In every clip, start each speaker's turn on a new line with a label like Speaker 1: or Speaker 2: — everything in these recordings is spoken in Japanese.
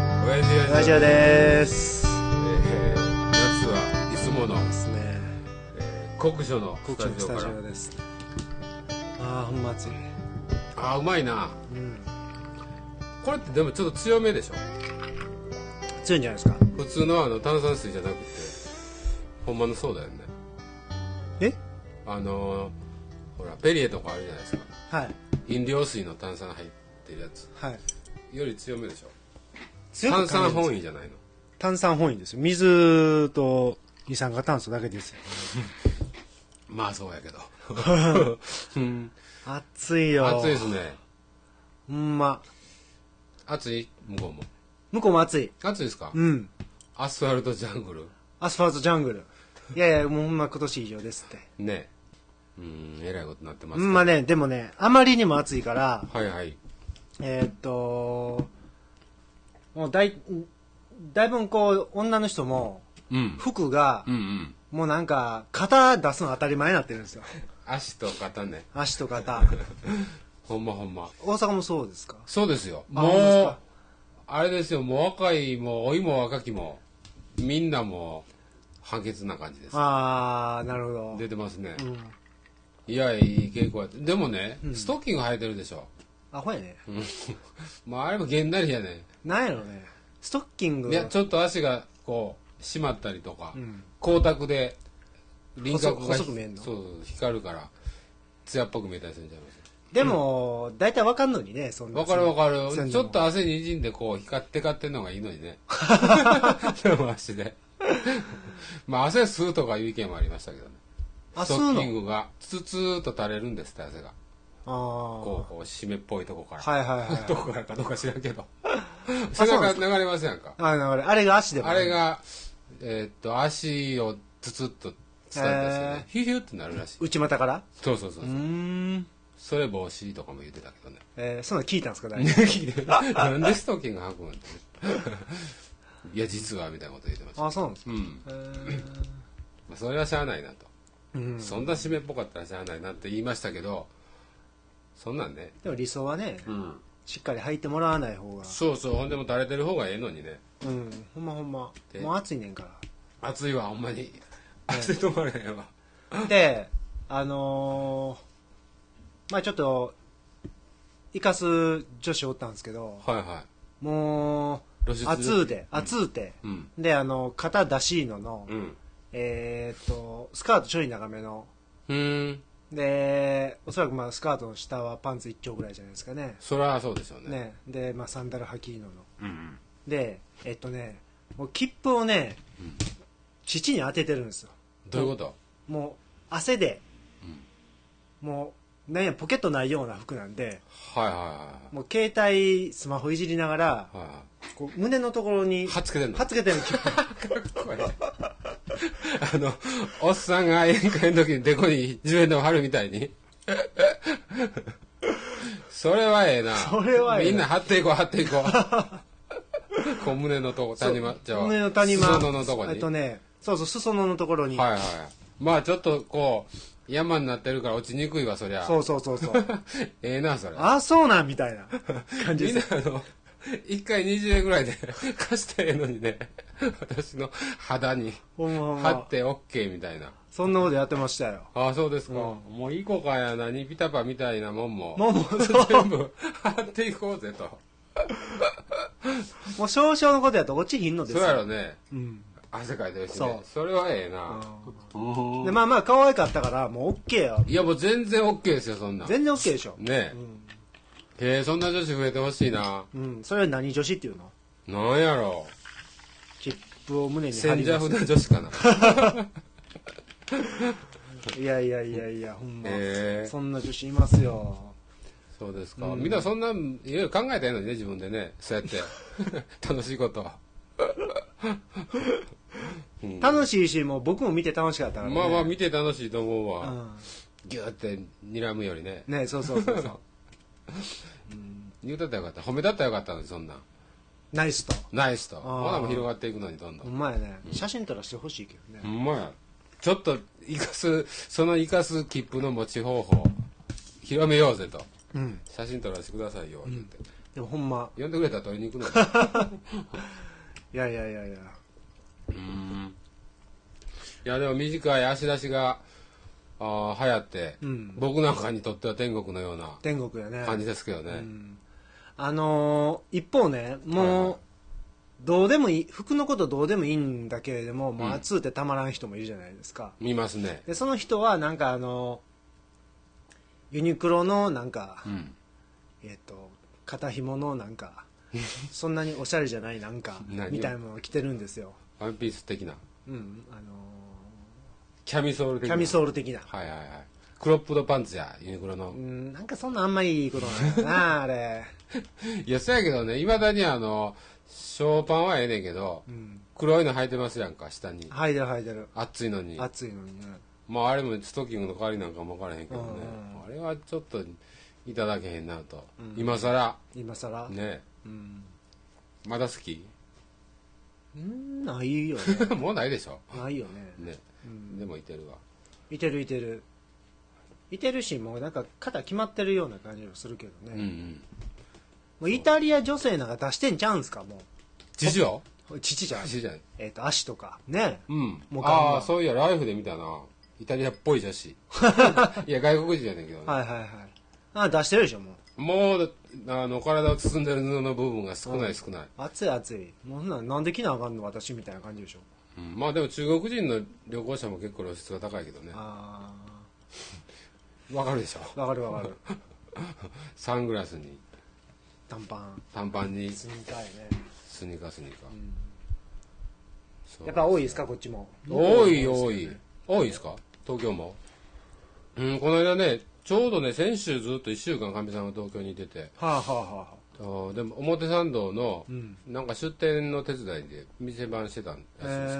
Speaker 1: ね
Speaker 2: ラジオです
Speaker 1: えー夏はいつもの、
Speaker 2: ですね
Speaker 1: えー、国書のス
Speaker 2: 国
Speaker 1: タ
Speaker 2: 書
Speaker 1: ジ
Speaker 2: ス
Speaker 1: オ
Speaker 2: タ
Speaker 1: か
Speaker 2: ジ
Speaker 1: ら
Speaker 2: オですああほんま暑い
Speaker 1: あーうまいな
Speaker 2: うん
Speaker 1: これってでもちょっと強めでしょ
Speaker 2: 暑いんじゃないですか
Speaker 1: 普通のあの炭酸水じゃなくてほんまのそうだよね
Speaker 2: え
Speaker 1: あのーほらペリエとかあるじゃないですか
Speaker 2: はい
Speaker 1: 飲料水の炭酸入ってるやつ
Speaker 2: はい
Speaker 1: より強めでしょ
Speaker 2: 強く
Speaker 1: 炭酸
Speaker 2: 感じるんです
Speaker 1: 本位じゃないの
Speaker 2: 炭酸本位ですよ水と二酸化炭素だけですよ
Speaker 1: まあそうやけど、うん、
Speaker 2: 暑いよ
Speaker 1: 暑いですね
Speaker 2: ほんま
Speaker 1: 暑い向こうも
Speaker 2: 向こうも暑い
Speaker 1: 暑いですか
Speaker 2: うん
Speaker 1: アスファルトジャングル
Speaker 2: アスファルトジャングルいやいやもうほんま今年以上ですって
Speaker 1: ねうんえらいことになってます
Speaker 2: ほ
Speaker 1: けど
Speaker 2: んまねでもねあまりにも暑いから
Speaker 1: はいはい
Speaker 2: えーっともうだいだいぶこう女の人も
Speaker 1: うん
Speaker 2: 服が
Speaker 1: うんうん
Speaker 2: もうなんか肩出すの当たり前になってるん ですよ
Speaker 1: 足と肩ね
Speaker 2: 足と肩
Speaker 1: ほんまほんま
Speaker 2: 大阪もそうですか
Speaker 1: そうですよ
Speaker 2: あ
Speaker 1: も
Speaker 2: 本当です
Speaker 1: う
Speaker 2: か
Speaker 1: あれですよもう若いも老いも若きもみんなもう判決な感じです
Speaker 2: ああなるほど
Speaker 1: 出てますね、
Speaker 2: うん
Speaker 1: いやいい傾向やってでもね、ストッキング履いてるでしょ、
Speaker 2: アホやね
Speaker 1: うん まああれもげんなりやね
Speaker 2: なんやろねストッキング
Speaker 1: いやちょっと足がこう締まったりとか、
Speaker 2: ん
Speaker 1: 光沢で輪郭が
Speaker 2: 細く細く見えんの
Speaker 1: そうそう光るから艶っぽく見えたりするんじゃないですか
Speaker 2: でも大体わかんのにねそんな
Speaker 1: わかるわか
Speaker 2: そう
Speaker 1: る
Speaker 2: いう
Speaker 1: ち
Speaker 2: の
Speaker 1: ょ
Speaker 2: も
Speaker 1: っと汗にじんでこう光ってかってんのがいいのに ねでも足でまあ汗吸うとかいう意見もありましたけどね
Speaker 2: あ
Speaker 1: スト
Speaker 2: 吸う
Speaker 1: ッキン
Speaker 2: の
Speaker 1: グがツツーっと垂れるんですって汗が
Speaker 2: あ
Speaker 1: こう
Speaker 2: あ
Speaker 1: こう湿っぽいとこから、
Speaker 2: はいはいはい
Speaker 1: どこからかどうか知らんけ どそれが流れませんか
Speaker 2: あのあれあれが足でも
Speaker 1: あ
Speaker 2: ね
Speaker 1: れが、えーっと、足をつつっと伝えたりしてね、ヒュヒュってなるらしい。
Speaker 2: 内股から
Speaker 1: そうそうそう
Speaker 2: う。ーん、
Speaker 1: それ防止とかも言ってたけどね。
Speaker 2: えー、そんなの聞いたんですか大 体
Speaker 1: なんでストッキング履くんってね。いや、実は、みたいなこと言ってました。
Speaker 2: あそうなんですか
Speaker 1: うん。
Speaker 2: え
Speaker 1: まあ、それはしゃあないなと。
Speaker 2: ーうん
Speaker 1: そんな締めっぽかったらしゃあないなって言いましたけど、そんなんね。
Speaker 2: でも理想はね、
Speaker 1: うん。
Speaker 2: しっかり履いてもらわない方が
Speaker 1: そうそう、ほんでも垂れてる方がええのにね。
Speaker 2: うんほんまほんま
Speaker 1: で
Speaker 2: もう暑いねんか
Speaker 1: 暑いわ、ほんまに。汗止まれへんわ。
Speaker 2: らであのーまあちょっと生かす女子おったんですけど
Speaker 1: はいは
Speaker 2: もう
Speaker 1: 露出
Speaker 2: 暑うて暑うて、
Speaker 1: い。うん。
Speaker 2: であの肩出しのの、
Speaker 1: うん。
Speaker 2: えーっとスカートちょい長めの
Speaker 1: うん。
Speaker 2: でおそらくまあスカートの下はパンツ1丁ぐらいじゃないですかね
Speaker 1: それはそうでしょうね。
Speaker 2: ねで、まあ、サンダル履きのの
Speaker 1: うん
Speaker 2: でえっとねもう切符をね、父に当ててるんですよ
Speaker 1: どういうこと
Speaker 2: もう汗で、もうなんやポケットないような服なんで
Speaker 1: はいはいは
Speaker 2: もう携帯スマホいじりながら
Speaker 1: いはいは
Speaker 2: こう胸のところに
Speaker 1: い。はっつけてんの
Speaker 2: はっつけてる切符
Speaker 1: これあの、おっさんが宴会の時にデコに10円でも貼るみたいに。それはええな。
Speaker 2: それはええな
Speaker 1: みんな貼っていこう貼っていこう。小胸のとこ、谷間、じゃあ
Speaker 2: 胸の谷間
Speaker 1: 裾野のとこに。
Speaker 2: えっとねそうそう裾野のところに、
Speaker 1: はいはい。まあちょっとこう、山になってるから落ちにくいわ、そりゃ。
Speaker 2: そうそうそうそう
Speaker 1: ええな、それ。
Speaker 2: ああそうなんみたいな感じ
Speaker 1: みん
Speaker 2: で
Speaker 1: な
Speaker 2: す
Speaker 1: あの、一回20円ぐらいで貸したらええのにね、私の肌に
Speaker 2: ほんまほん
Speaker 1: 貼
Speaker 2: ま
Speaker 1: ってオッケーみたいな。
Speaker 2: そんなことやってましたよ
Speaker 1: ああ、そうですか。もういい子かやな、にピタパみたいなもんも。
Speaker 2: もう もうそう
Speaker 1: 全部貼っていこうぜと。
Speaker 2: もう少々のことやと落ちひんのです
Speaker 1: そう
Speaker 2: よ
Speaker 1: やろね。
Speaker 2: うん
Speaker 1: 汗かいてるし
Speaker 2: そう
Speaker 1: ね。それはええな。
Speaker 2: でまあまあ可愛かったからもう OK よ
Speaker 1: いや、もう全然オッケーですよ、そんなん。ね
Speaker 2: 全然 OK でしょ、
Speaker 1: え。へえ、そんな女子増えてほしいな。
Speaker 2: うん、それは何女子っていうの
Speaker 1: なんやろ
Speaker 2: 切符を胸
Speaker 1: う。
Speaker 2: に貼
Speaker 1: 千
Speaker 2: り
Speaker 1: 社
Speaker 2: ます
Speaker 1: 札女子かな。
Speaker 2: いやいやいやいやほんま、
Speaker 1: へえ
Speaker 2: そんな女子いますよ
Speaker 1: そうですか、みんなそんなんいろいろ考えたらいいのにね自分でねそうやって 楽しいことは
Speaker 2: 楽しいしもう僕も見て楽しかったから、ね、
Speaker 1: まあまあ見て楽しいと思うわ、
Speaker 2: うん
Speaker 1: ギューって睨むよりね
Speaker 2: ねそうそうそうそう
Speaker 1: 言うたったらよかった褒めたったらよかったのにそんなん
Speaker 2: ナイスと
Speaker 1: ナイスと
Speaker 2: あー
Speaker 1: ほなもう広がっていくのにどんど
Speaker 2: ほ
Speaker 1: ん
Speaker 2: んまやね写真撮らしてほしいけどね、
Speaker 1: ほんまやちょっと生かすその生かす切符の持ち方法広めようぜと
Speaker 2: うん、
Speaker 1: 写真撮らせてくださいよ言って、
Speaker 2: でもほんま
Speaker 1: 呼んでくれたら取りに行くのに
Speaker 2: いやいやいやいや。
Speaker 1: うん。いや、でも短い足出しが、あー流行って、
Speaker 2: うん
Speaker 1: 僕なんかにとっては天国のような
Speaker 2: 天国やね。
Speaker 1: 感じですけどね。
Speaker 2: うんあのー一方ね、
Speaker 1: はい
Speaker 2: も
Speaker 1: は
Speaker 2: う、どうでもいい、服のことどうでもいいんだけれども、もううん暑うてたまらん人もいるじゃないですか。
Speaker 1: 見ますね。
Speaker 2: で、その人はなんかあのユニクロのなんか、
Speaker 1: うん。
Speaker 2: えっ、と、肩紐のなんか、 そんなにおしゃれじゃないなんか、
Speaker 1: 何を
Speaker 2: みたいなものを着てるんですよ。
Speaker 1: ワンピース的な。
Speaker 2: うん、あの
Speaker 1: キャミソール
Speaker 2: ーキ
Speaker 1: 的な。
Speaker 2: ャミソール的な。
Speaker 1: はいはいはい。クロップドパンツや、ユニクロの
Speaker 2: う。ん、なんかそんなあんまいいことない よな、あれ。
Speaker 1: いや、そやけどね、いまだにあの、ショーパンはええねんけど、
Speaker 2: うん。
Speaker 1: 黒いの履いてますやんか、下に。
Speaker 2: はいてるはいてる。
Speaker 1: 暑いのに。
Speaker 2: 暑いのにね。
Speaker 1: まあ、あれもストッキングの代わりなんかもわからへんけどね
Speaker 2: うん。
Speaker 1: あれはちょっと、いただけへんなと。
Speaker 2: うん
Speaker 1: 今更、
Speaker 2: 今更
Speaker 1: ね、
Speaker 2: うん。
Speaker 1: まだ好き
Speaker 2: うんないよね。
Speaker 1: もうないでしょ。
Speaker 2: ないよね。
Speaker 1: ね。
Speaker 2: うん
Speaker 1: でもいてるわ。
Speaker 2: いてるいてる。いてるし、もうなんか肩決まってるような感じもするけど
Speaker 1: う
Speaker 2: ね。
Speaker 1: んうん。
Speaker 2: もうイタリア女性なんか出してんちゃうんすか、も
Speaker 1: 辞書
Speaker 2: う。父じゃん。
Speaker 1: 辞書じゃない。
Speaker 2: えっ、と、足とか。ね。
Speaker 1: うん。
Speaker 2: もうガンガン
Speaker 1: ああ、そういや、ライフで見たな。イタリアっぽい女 子。いや、外国人やねんけどね。
Speaker 2: はいはいはい。あ、出してるでしょ、もう。
Speaker 1: もう、あの、体を包んでる布の部分が少ない少ない。
Speaker 2: 暑い暑い。もうほんならなんで着なあかんの、私みたいな感じでしょ。
Speaker 1: うんまあでも中国人の旅行者も結構露出が高いけどね。
Speaker 2: あ
Speaker 1: わかるでしょ。
Speaker 2: ー。わかるわ かる。
Speaker 1: サングラスに、
Speaker 2: 短パン。
Speaker 1: 短パンに、
Speaker 2: スニーカーやね。
Speaker 1: スニーカースニーカー。そう
Speaker 2: やっぱ多いですか、こっちも。
Speaker 1: 多い多い。多いですか東京も。うん、この間ね、ちょうどね、先週ずっと1週間、かみさんが東京に出て、
Speaker 2: はあはあはあはあ。
Speaker 1: あーでも表参道の
Speaker 2: うん。
Speaker 1: なんか出店の手伝いで店番してたらしい
Speaker 2: え
Speaker 1: んです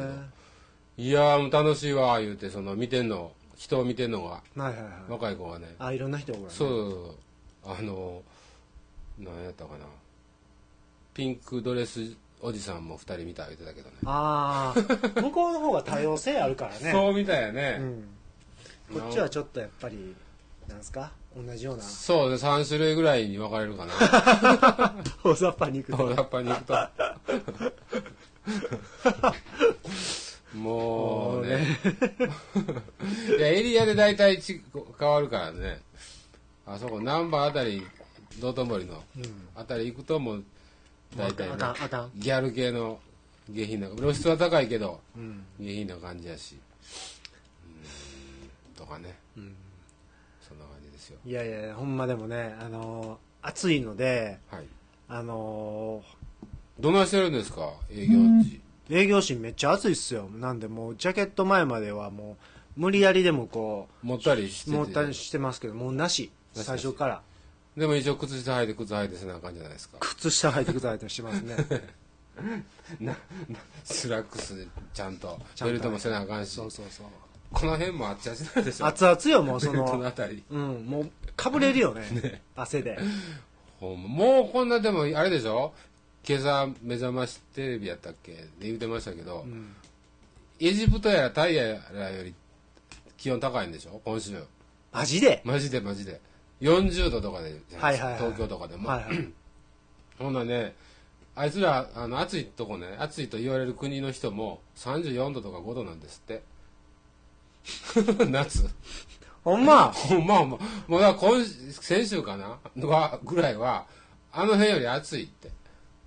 Speaker 1: けど、いやーもう楽しいわー言うてその見てんの人を見てんのが
Speaker 2: ー。はいはいはい。
Speaker 1: 若い子がね
Speaker 2: あ、いろんな人おるわね
Speaker 1: そうそうそうあの何やったかなピンクドレスおじさんも2人見た言うてたけどね
Speaker 2: ああ、向こうの方が多様性あるから ね。
Speaker 1: そうみたいや
Speaker 2: う
Speaker 1: ね、
Speaker 2: ん。こっちはちょっとやっぱり、なんすか同じような。
Speaker 1: そうね3種類ぐらいに分かれるかな
Speaker 2: 大雑把に行く
Speaker 1: 大
Speaker 2: と。
Speaker 1: 雑把に行くともうね いやエリアで大体ち変わるからねあそこ難波あたり道頓堀の
Speaker 2: うん。
Speaker 1: あたり行くともう 大体、ね、
Speaker 2: あかん、あかんあかん。
Speaker 1: ギャル系の下品な露出は高いけど
Speaker 2: うん。
Speaker 1: 下品な感じやしうーんとかね
Speaker 2: うん。
Speaker 1: そんな感じですよ
Speaker 2: いやいや、ほんまでもね、あのー暑いので、
Speaker 1: はい
Speaker 2: あの
Speaker 1: どないしてるんですか営業地
Speaker 2: ー営業神めっちゃ暑いっすよ。なんでもう、ジャケット前まではもう、無理やりでもこ
Speaker 1: もったりして
Speaker 2: う、
Speaker 1: て
Speaker 2: もったりしてますけど、もうなし。
Speaker 1: なし
Speaker 2: 最初から。
Speaker 1: でも一応靴下履いて靴履いてせなあかんじゃない ですか
Speaker 2: 靴下履いてくださいとしてます ね。
Speaker 1: スラックスちゃんと
Speaker 2: ちゃん
Speaker 1: ベ
Speaker 2: と
Speaker 1: ルトもせなあかんし
Speaker 2: そうそうそう。
Speaker 1: この辺もあっちゃちなんでしょ
Speaker 2: 熱々よ、もう
Speaker 1: ベ
Speaker 2: そ
Speaker 1: ルト
Speaker 2: の
Speaker 1: の。あたり
Speaker 2: うん、もう、かぶれる よね。汗で。
Speaker 1: ほんまもうこんなでもあれでしょ今朝目覚ましテレビやったっけで言うてましたけど、
Speaker 2: うん。
Speaker 1: エジプトやらタイやらより気温高いんでしょ今週
Speaker 2: 味で。
Speaker 1: マジでマジで40度とかでじゃないですか
Speaker 2: はいはいはい
Speaker 1: 東京とかでも、
Speaker 2: はいはい。
Speaker 1: ほんならねあいつらあの暑いとこね暑いと言われる国の人も34度とか5度なんですって 夏
Speaker 2: ほ んま、
Speaker 1: ほんまほんまもうだから今先週かなはぐらいはあの辺より暑いって、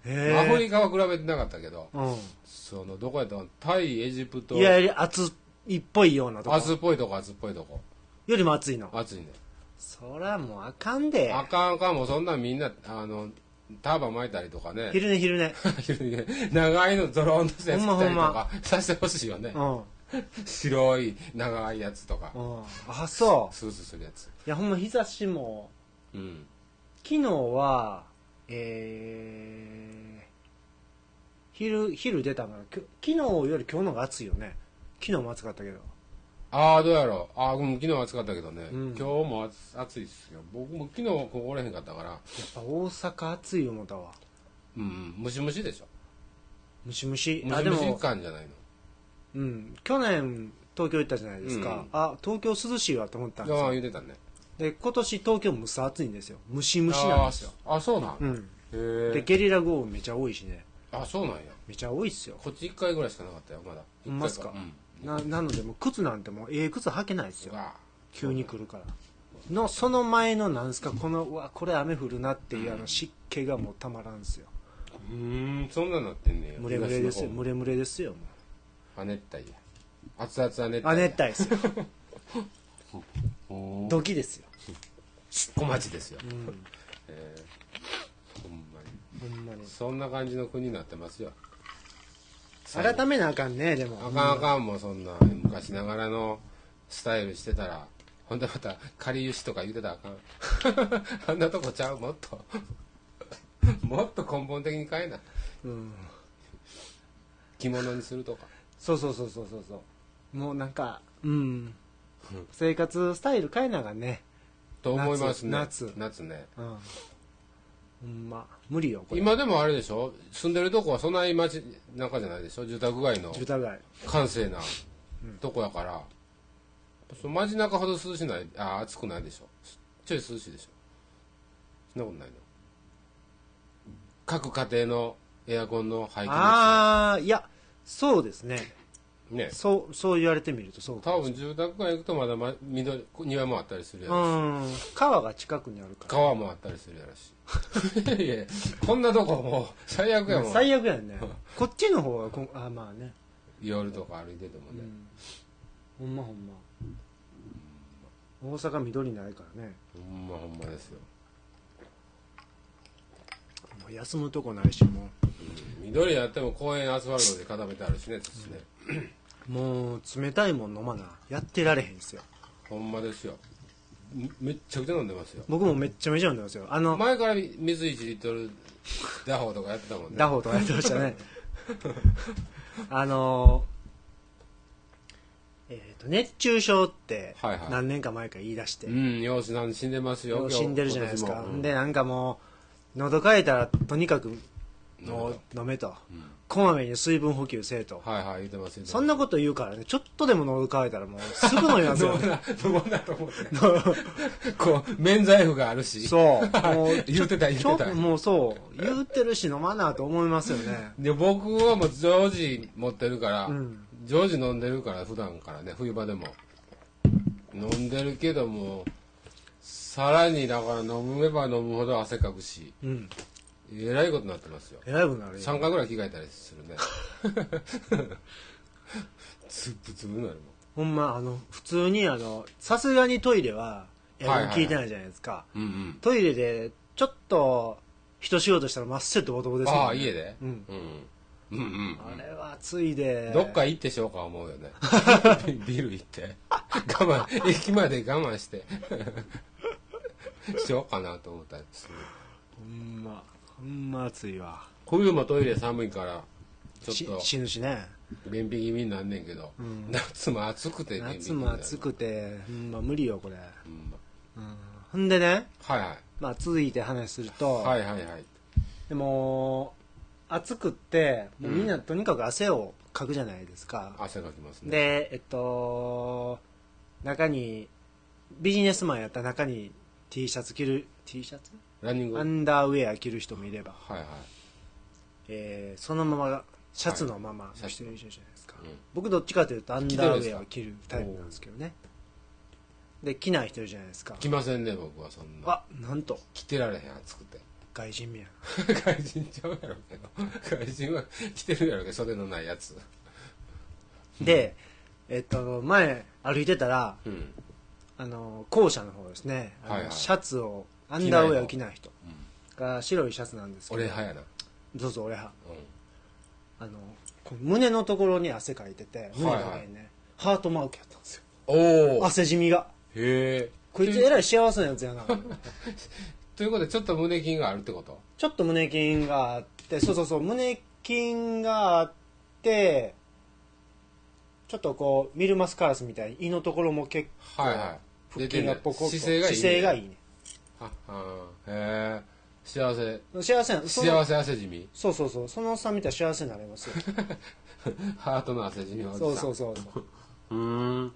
Speaker 2: へ
Speaker 1: アフ
Speaker 2: え。
Speaker 1: リカは比べてなかったけど
Speaker 2: う
Speaker 1: そのどこやったかなタイエジプト
Speaker 2: ん。いやいや、暑いっぽいようなとこ。
Speaker 1: 暑っぽいとこ暑っぽいとこ
Speaker 2: よりも暑いの。
Speaker 1: 暑いね
Speaker 2: そらもうあかんで。
Speaker 1: あかんあかんもうそんなんみんなあのターバン巻いたりとかね
Speaker 2: 昼寝昼寝。
Speaker 1: 昼に長いのゾロンとしたやつ着たり
Speaker 2: ほん
Speaker 1: と
Speaker 2: まほん
Speaker 1: かさせてほしいよね
Speaker 2: うん。うん。
Speaker 1: 白い長いやつとか
Speaker 2: あ、そう。
Speaker 1: スースーするやつ
Speaker 2: いや、ほんま日差しも、
Speaker 1: うん
Speaker 2: 昨日は、えー、昼、昼出たのが、きょ昨日より今日の方が暑いよね。昨日も暑かったけど。
Speaker 1: ああどうやろうああうん昨日は暑かったけどね、
Speaker 2: うん
Speaker 1: 今日も暑暑いっすよ僕も昨日ここおれへんかったから
Speaker 2: やっぱ大阪暑い思ったわ。
Speaker 1: うんうんムシムシでしょ
Speaker 2: ムシムシ。
Speaker 1: ム
Speaker 2: あ、
Speaker 1: シ
Speaker 2: で
Speaker 1: ムシ
Speaker 2: も、
Speaker 1: 感じゃないの
Speaker 2: うん、去年東京行ったじゃないですか、
Speaker 1: うん
Speaker 2: あ東京涼しいわと思ったんです
Speaker 1: ああ
Speaker 2: よ
Speaker 1: 言うてたね
Speaker 2: で今年東京むさ暑いんですよムシムシなんですよ、
Speaker 1: あーあそうなん、
Speaker 2: うん、
Speaker 1: へ
Speaker 2: で
Speaker 1: え
Speaker 2: ゲリラ豪雨めちゃ多いしね
Speaker 1: あそうなんや
Speaker 2: めちゃ多いっすよ
Speaker 1: こっち1回ぐらいしかなかったよまだ
Speaker 2: ほんまっすか
Speaker 1: 一回うん
Speaker 2: ななのでもう靴なんてもうええ靴履けないです
Speaker 1: う
Speaker 2: よ
Speaker 1: わ
Speaker 2: 急に来るからのその前のなんすかこのうわこれ雨降るなっていうあの湿気がもうたまらんすよ
Speaker 1: うーんそんなんなってんねや
Speaker 2: ムレムレですよ
Speaker 1: 東の
Speaker 2: ムレムレですよも
Speaker 1: 方亜熱帯や熱々亜熱
Speaker 2: う亜
Speaker 1: 帯や
Speaker 2: 熱帯ですよ
Speaker 1: おー
Speaker 2: ドキですよ
Speaker 1: 小町ですよ、
Speaker 2: うん
Speaker 1: えーほんまに
Speaker 2: ほんまに
Speaker 1: そんな感じの国になってますよ
Speaker 2: 改めなあかんねでも
Speaker 1: あかんあかんもうそんな昔ながらのスタイルしてたらほんでまた仮輸しとか言うてたらあかん あんなとこちゃうもっと もっと根本的に変えな
Speaker 2: うん
Speaker 1: 着物にするとか
Speaker 2: そうそうそうそうそうそうもうなんかうん生活スタイル変えながね
Speaker 1: と思いますね
Speaker 2: 夏
Speaker 1: ね
Speaker 2: うんほんま無理よこれ
Speaker 1: 今でもあれでしょ住んでるとこはそんなに街中じゃないでしょ住宅街の
Speaker 2: 住宅街
Speaker 1: 閑静なとこやから、そう街中ほど涼しないあ暑くないでしょちょい涼しいでしょそんなことないの各家庭のエアコンの排気
Speaker 2: ああいやそうですね
Speaker 1: 熱ね
Speaker 2: そうそう言われてみるとそうか
Speaker 1: 多分住宅街行くとまだま緑庭もあったりするや
Speaker 2: う
Speaker 1: ろし
Speaker 2: ん川が近くにあるから
Speaker 1: 川もあったりするやろし いやいやこんなとこもう最悪やもん
Speaker 2: 最悪やんねこっちの方がこんあまあね、
Speaker 1: 夜とか歩いてても
Speaker 2: う
Speaker 1: ね、
Speaker 2: ん、ほんまほんま大阪緑ないからね
Speaker 1: ほんまほんまですよ
Speaker 2: もう休むとこないしも
Speaker 1: 緑やっても公園アスファルトで固めてあるしね土ね、
Speaker 2: うもう冷たいもん飲まなやってられへんすよ
Speaker 1: ほんまですよ。めめっちゃくちゃ飲んでますよ。
Speaker 2: 僕もめっちゃめちゃ飲んでますよあの、
Speaker 1: 前から水1リットル打法とかやってたもんね。
Speaker 2: ダホとかやって ましたねあのえーと熱中症って
Speaker 1: はいはい
Speaker 2: 何年か前から言い出して、
Speaker 1: うん、養子さん死んでますよ。今日
Speaker 2: 死んでるじゃないですか
Speaker 1: 今、年もうん
Speaker 2: でなんかもう喉かいたらとにかくもう飲めと、こまめに水分補給せえと、
Speaker 1: はいはい、言ってますよ。
Speaker 2: そんなこと言うからねちょっとでも喉かいたらもうすぐ飲みます
Speaker 1: 飲
Speaker 2: よ
Speaker 1: むな、飲むなと思って。こう、免罪符があるし。
Speaker 2: そうもう
Speaker 1: 言ってた、言
Speaker 2: ちょ
Speaker 1: ってた。
Speaker 2: もうそう言ってるし飲まなと思いますよ ね
Speaker 1: で僕はもう常時持ってるから、
Speaker 2: ん
Speaker 1: 常時飲んでるから普段からね冬場でも飲んでるけどもさらにだから飲めば飲むほど汗かくし
Speaker 2: うん
Speaker 1: えらいことになってますよ
Speaker 2: えらいことになるよ
Speaker 1: 3回ぐらい着替えたりするね つぶつぶになる
Speaker 2: ほんまあの普通にあのさすがにトイレはエアコ
Speaker 1: はい
Speaker 2: ン
Speaker 1: はい
Speaker 2: 効いてないじゃないですか、
Speaker 1: もんうんうん
Speaker 2: トイレでちょっと一仕事したらまっせとボトボトですもんね
Speaker 1: ああ家で
Speaker 2: うん
Speaker 1: うんうんうん
Speaker 2: あれは暑いで
Speaker 1: どっか行ってしようか思うよ ねビル行って我慢駅まで我慢してしようかなと思ったりする
Speaker 2: ほんまほんま暑いわ
Speaker 1: 冬もトイレ寒いからち
Speaker 2: し
Speaker 1: ょっ
Speaker 2: 死ぬしね
Speaker 1: と便秘気味になんねんけど、夏も暑くて便秘気
Speaker 2: 夏
Speaker 1: 味に
Speaker 2: も
Speaker 1: なる
Speaker 2: 暑くてほんま無理よこれ、
Speaker 1: うん
Speaker 2: うん、ほんでね、
Speaker 1: はいはい
Speaker 2: まあ、続いて話すると、
Speaker 1: はいはいはい
Speaker 2: でも暑くってもうみんなとにかく汗をかくじゃないですか、
Speaker 1: 汗かきますね
Speaker 2: でえっと中にビジネスマンやったら中に T シャツ着る T シャツ
Speaker 1: ランニング
Speaker 2: ア
Speaker 1: はい
Speaker 2: ンダーウェア着る人もいれば、
Speaker 1: はい
Speaker 2: えーそのままシャツのまま着てる人じゃないですか、
Speaker 1: いうん
Speaker 2: 僕どっちかというとアンダーウェアを着るタイプなんですけどねで着ない人いるじゃないですか
Speaker 1: 来ませんね僕はそんな
Speaker 2: あなんと
Speaker 1: 着てられへん暑くて
Speaker 2: 外人みやな
Speaker 1: 外人ちゃうやろうけど外人は着てるやろうけど袖のないやつ
Speaker 2: でえっと前歩いてたら
Speaker 1: うん
Speaker 2: あの校舎の方ですね、あの
Speaker 1: はいはい
Speaker 2: シャツをアンダーウェアを着ない人が白いシャツなんですけど
Speaker 1: 俺派やな
Speaker 2: そうそう俺派
Speaker 1: う
Speaker 2: あのこう胸のところに汗かいてて胸のところにね、ハートマークやったんですよ
Speaker 1: んおおへ
Speaker 2: 汗染みが
Speaker 1: え
Speaker 2: こいつえらい幸せなやつやな
Speaker 1: ということでちょっと胸筋があるってこと
Speaker 2: ちょっと胸筋があってそうそうそう胸筋があってちょっとこうミルマスカラスみたいに胃のところも結構
Speaker 1: はいはい
Speaker 2: 腹筋がポコッと
Speaker 1: 出てんね姿勢がいいね
Speaker 2: 姿勢が
Speaker 1: は
Speaker 2: いいね
Speaker 1: はへえ幸せ
Speaker 2: 幸せなその
Speaker 1: 幸せ汗じみ
Speaker 2: そうそうそうその差見たら幸せになれますよ
Speaker 1: ハートの汗じみは
Speaker 2: そうそう
Speaker 1: う
Speaker 2: そうそう
Speaker 1: うーん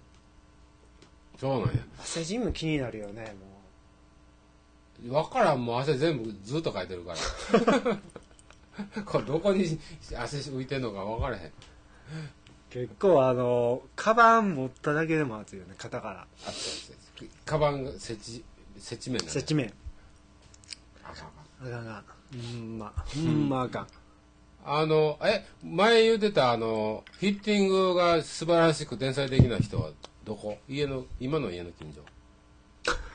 Speaker 1: そうなんや
Speaker 2: 汗じみ気になるよねも
Speaker 1: わからんもう汗全部ずっとかいてるから これどこに汗浮いてんのか分からへん
Speaker 2: 結構あのカバン持っただけでも熱いよね肩から
Speaker 1: あカバンが設置設置面だね
Speaker 2: 接地面
Speaker 1: あかんあかん
Speaker 2: あかんあかんうんまうんまあかん
Speaker 1: あの、え、前言ってた、あの、フィッティングが素晴らしく天才的な人はどこ家の、今の家の近所。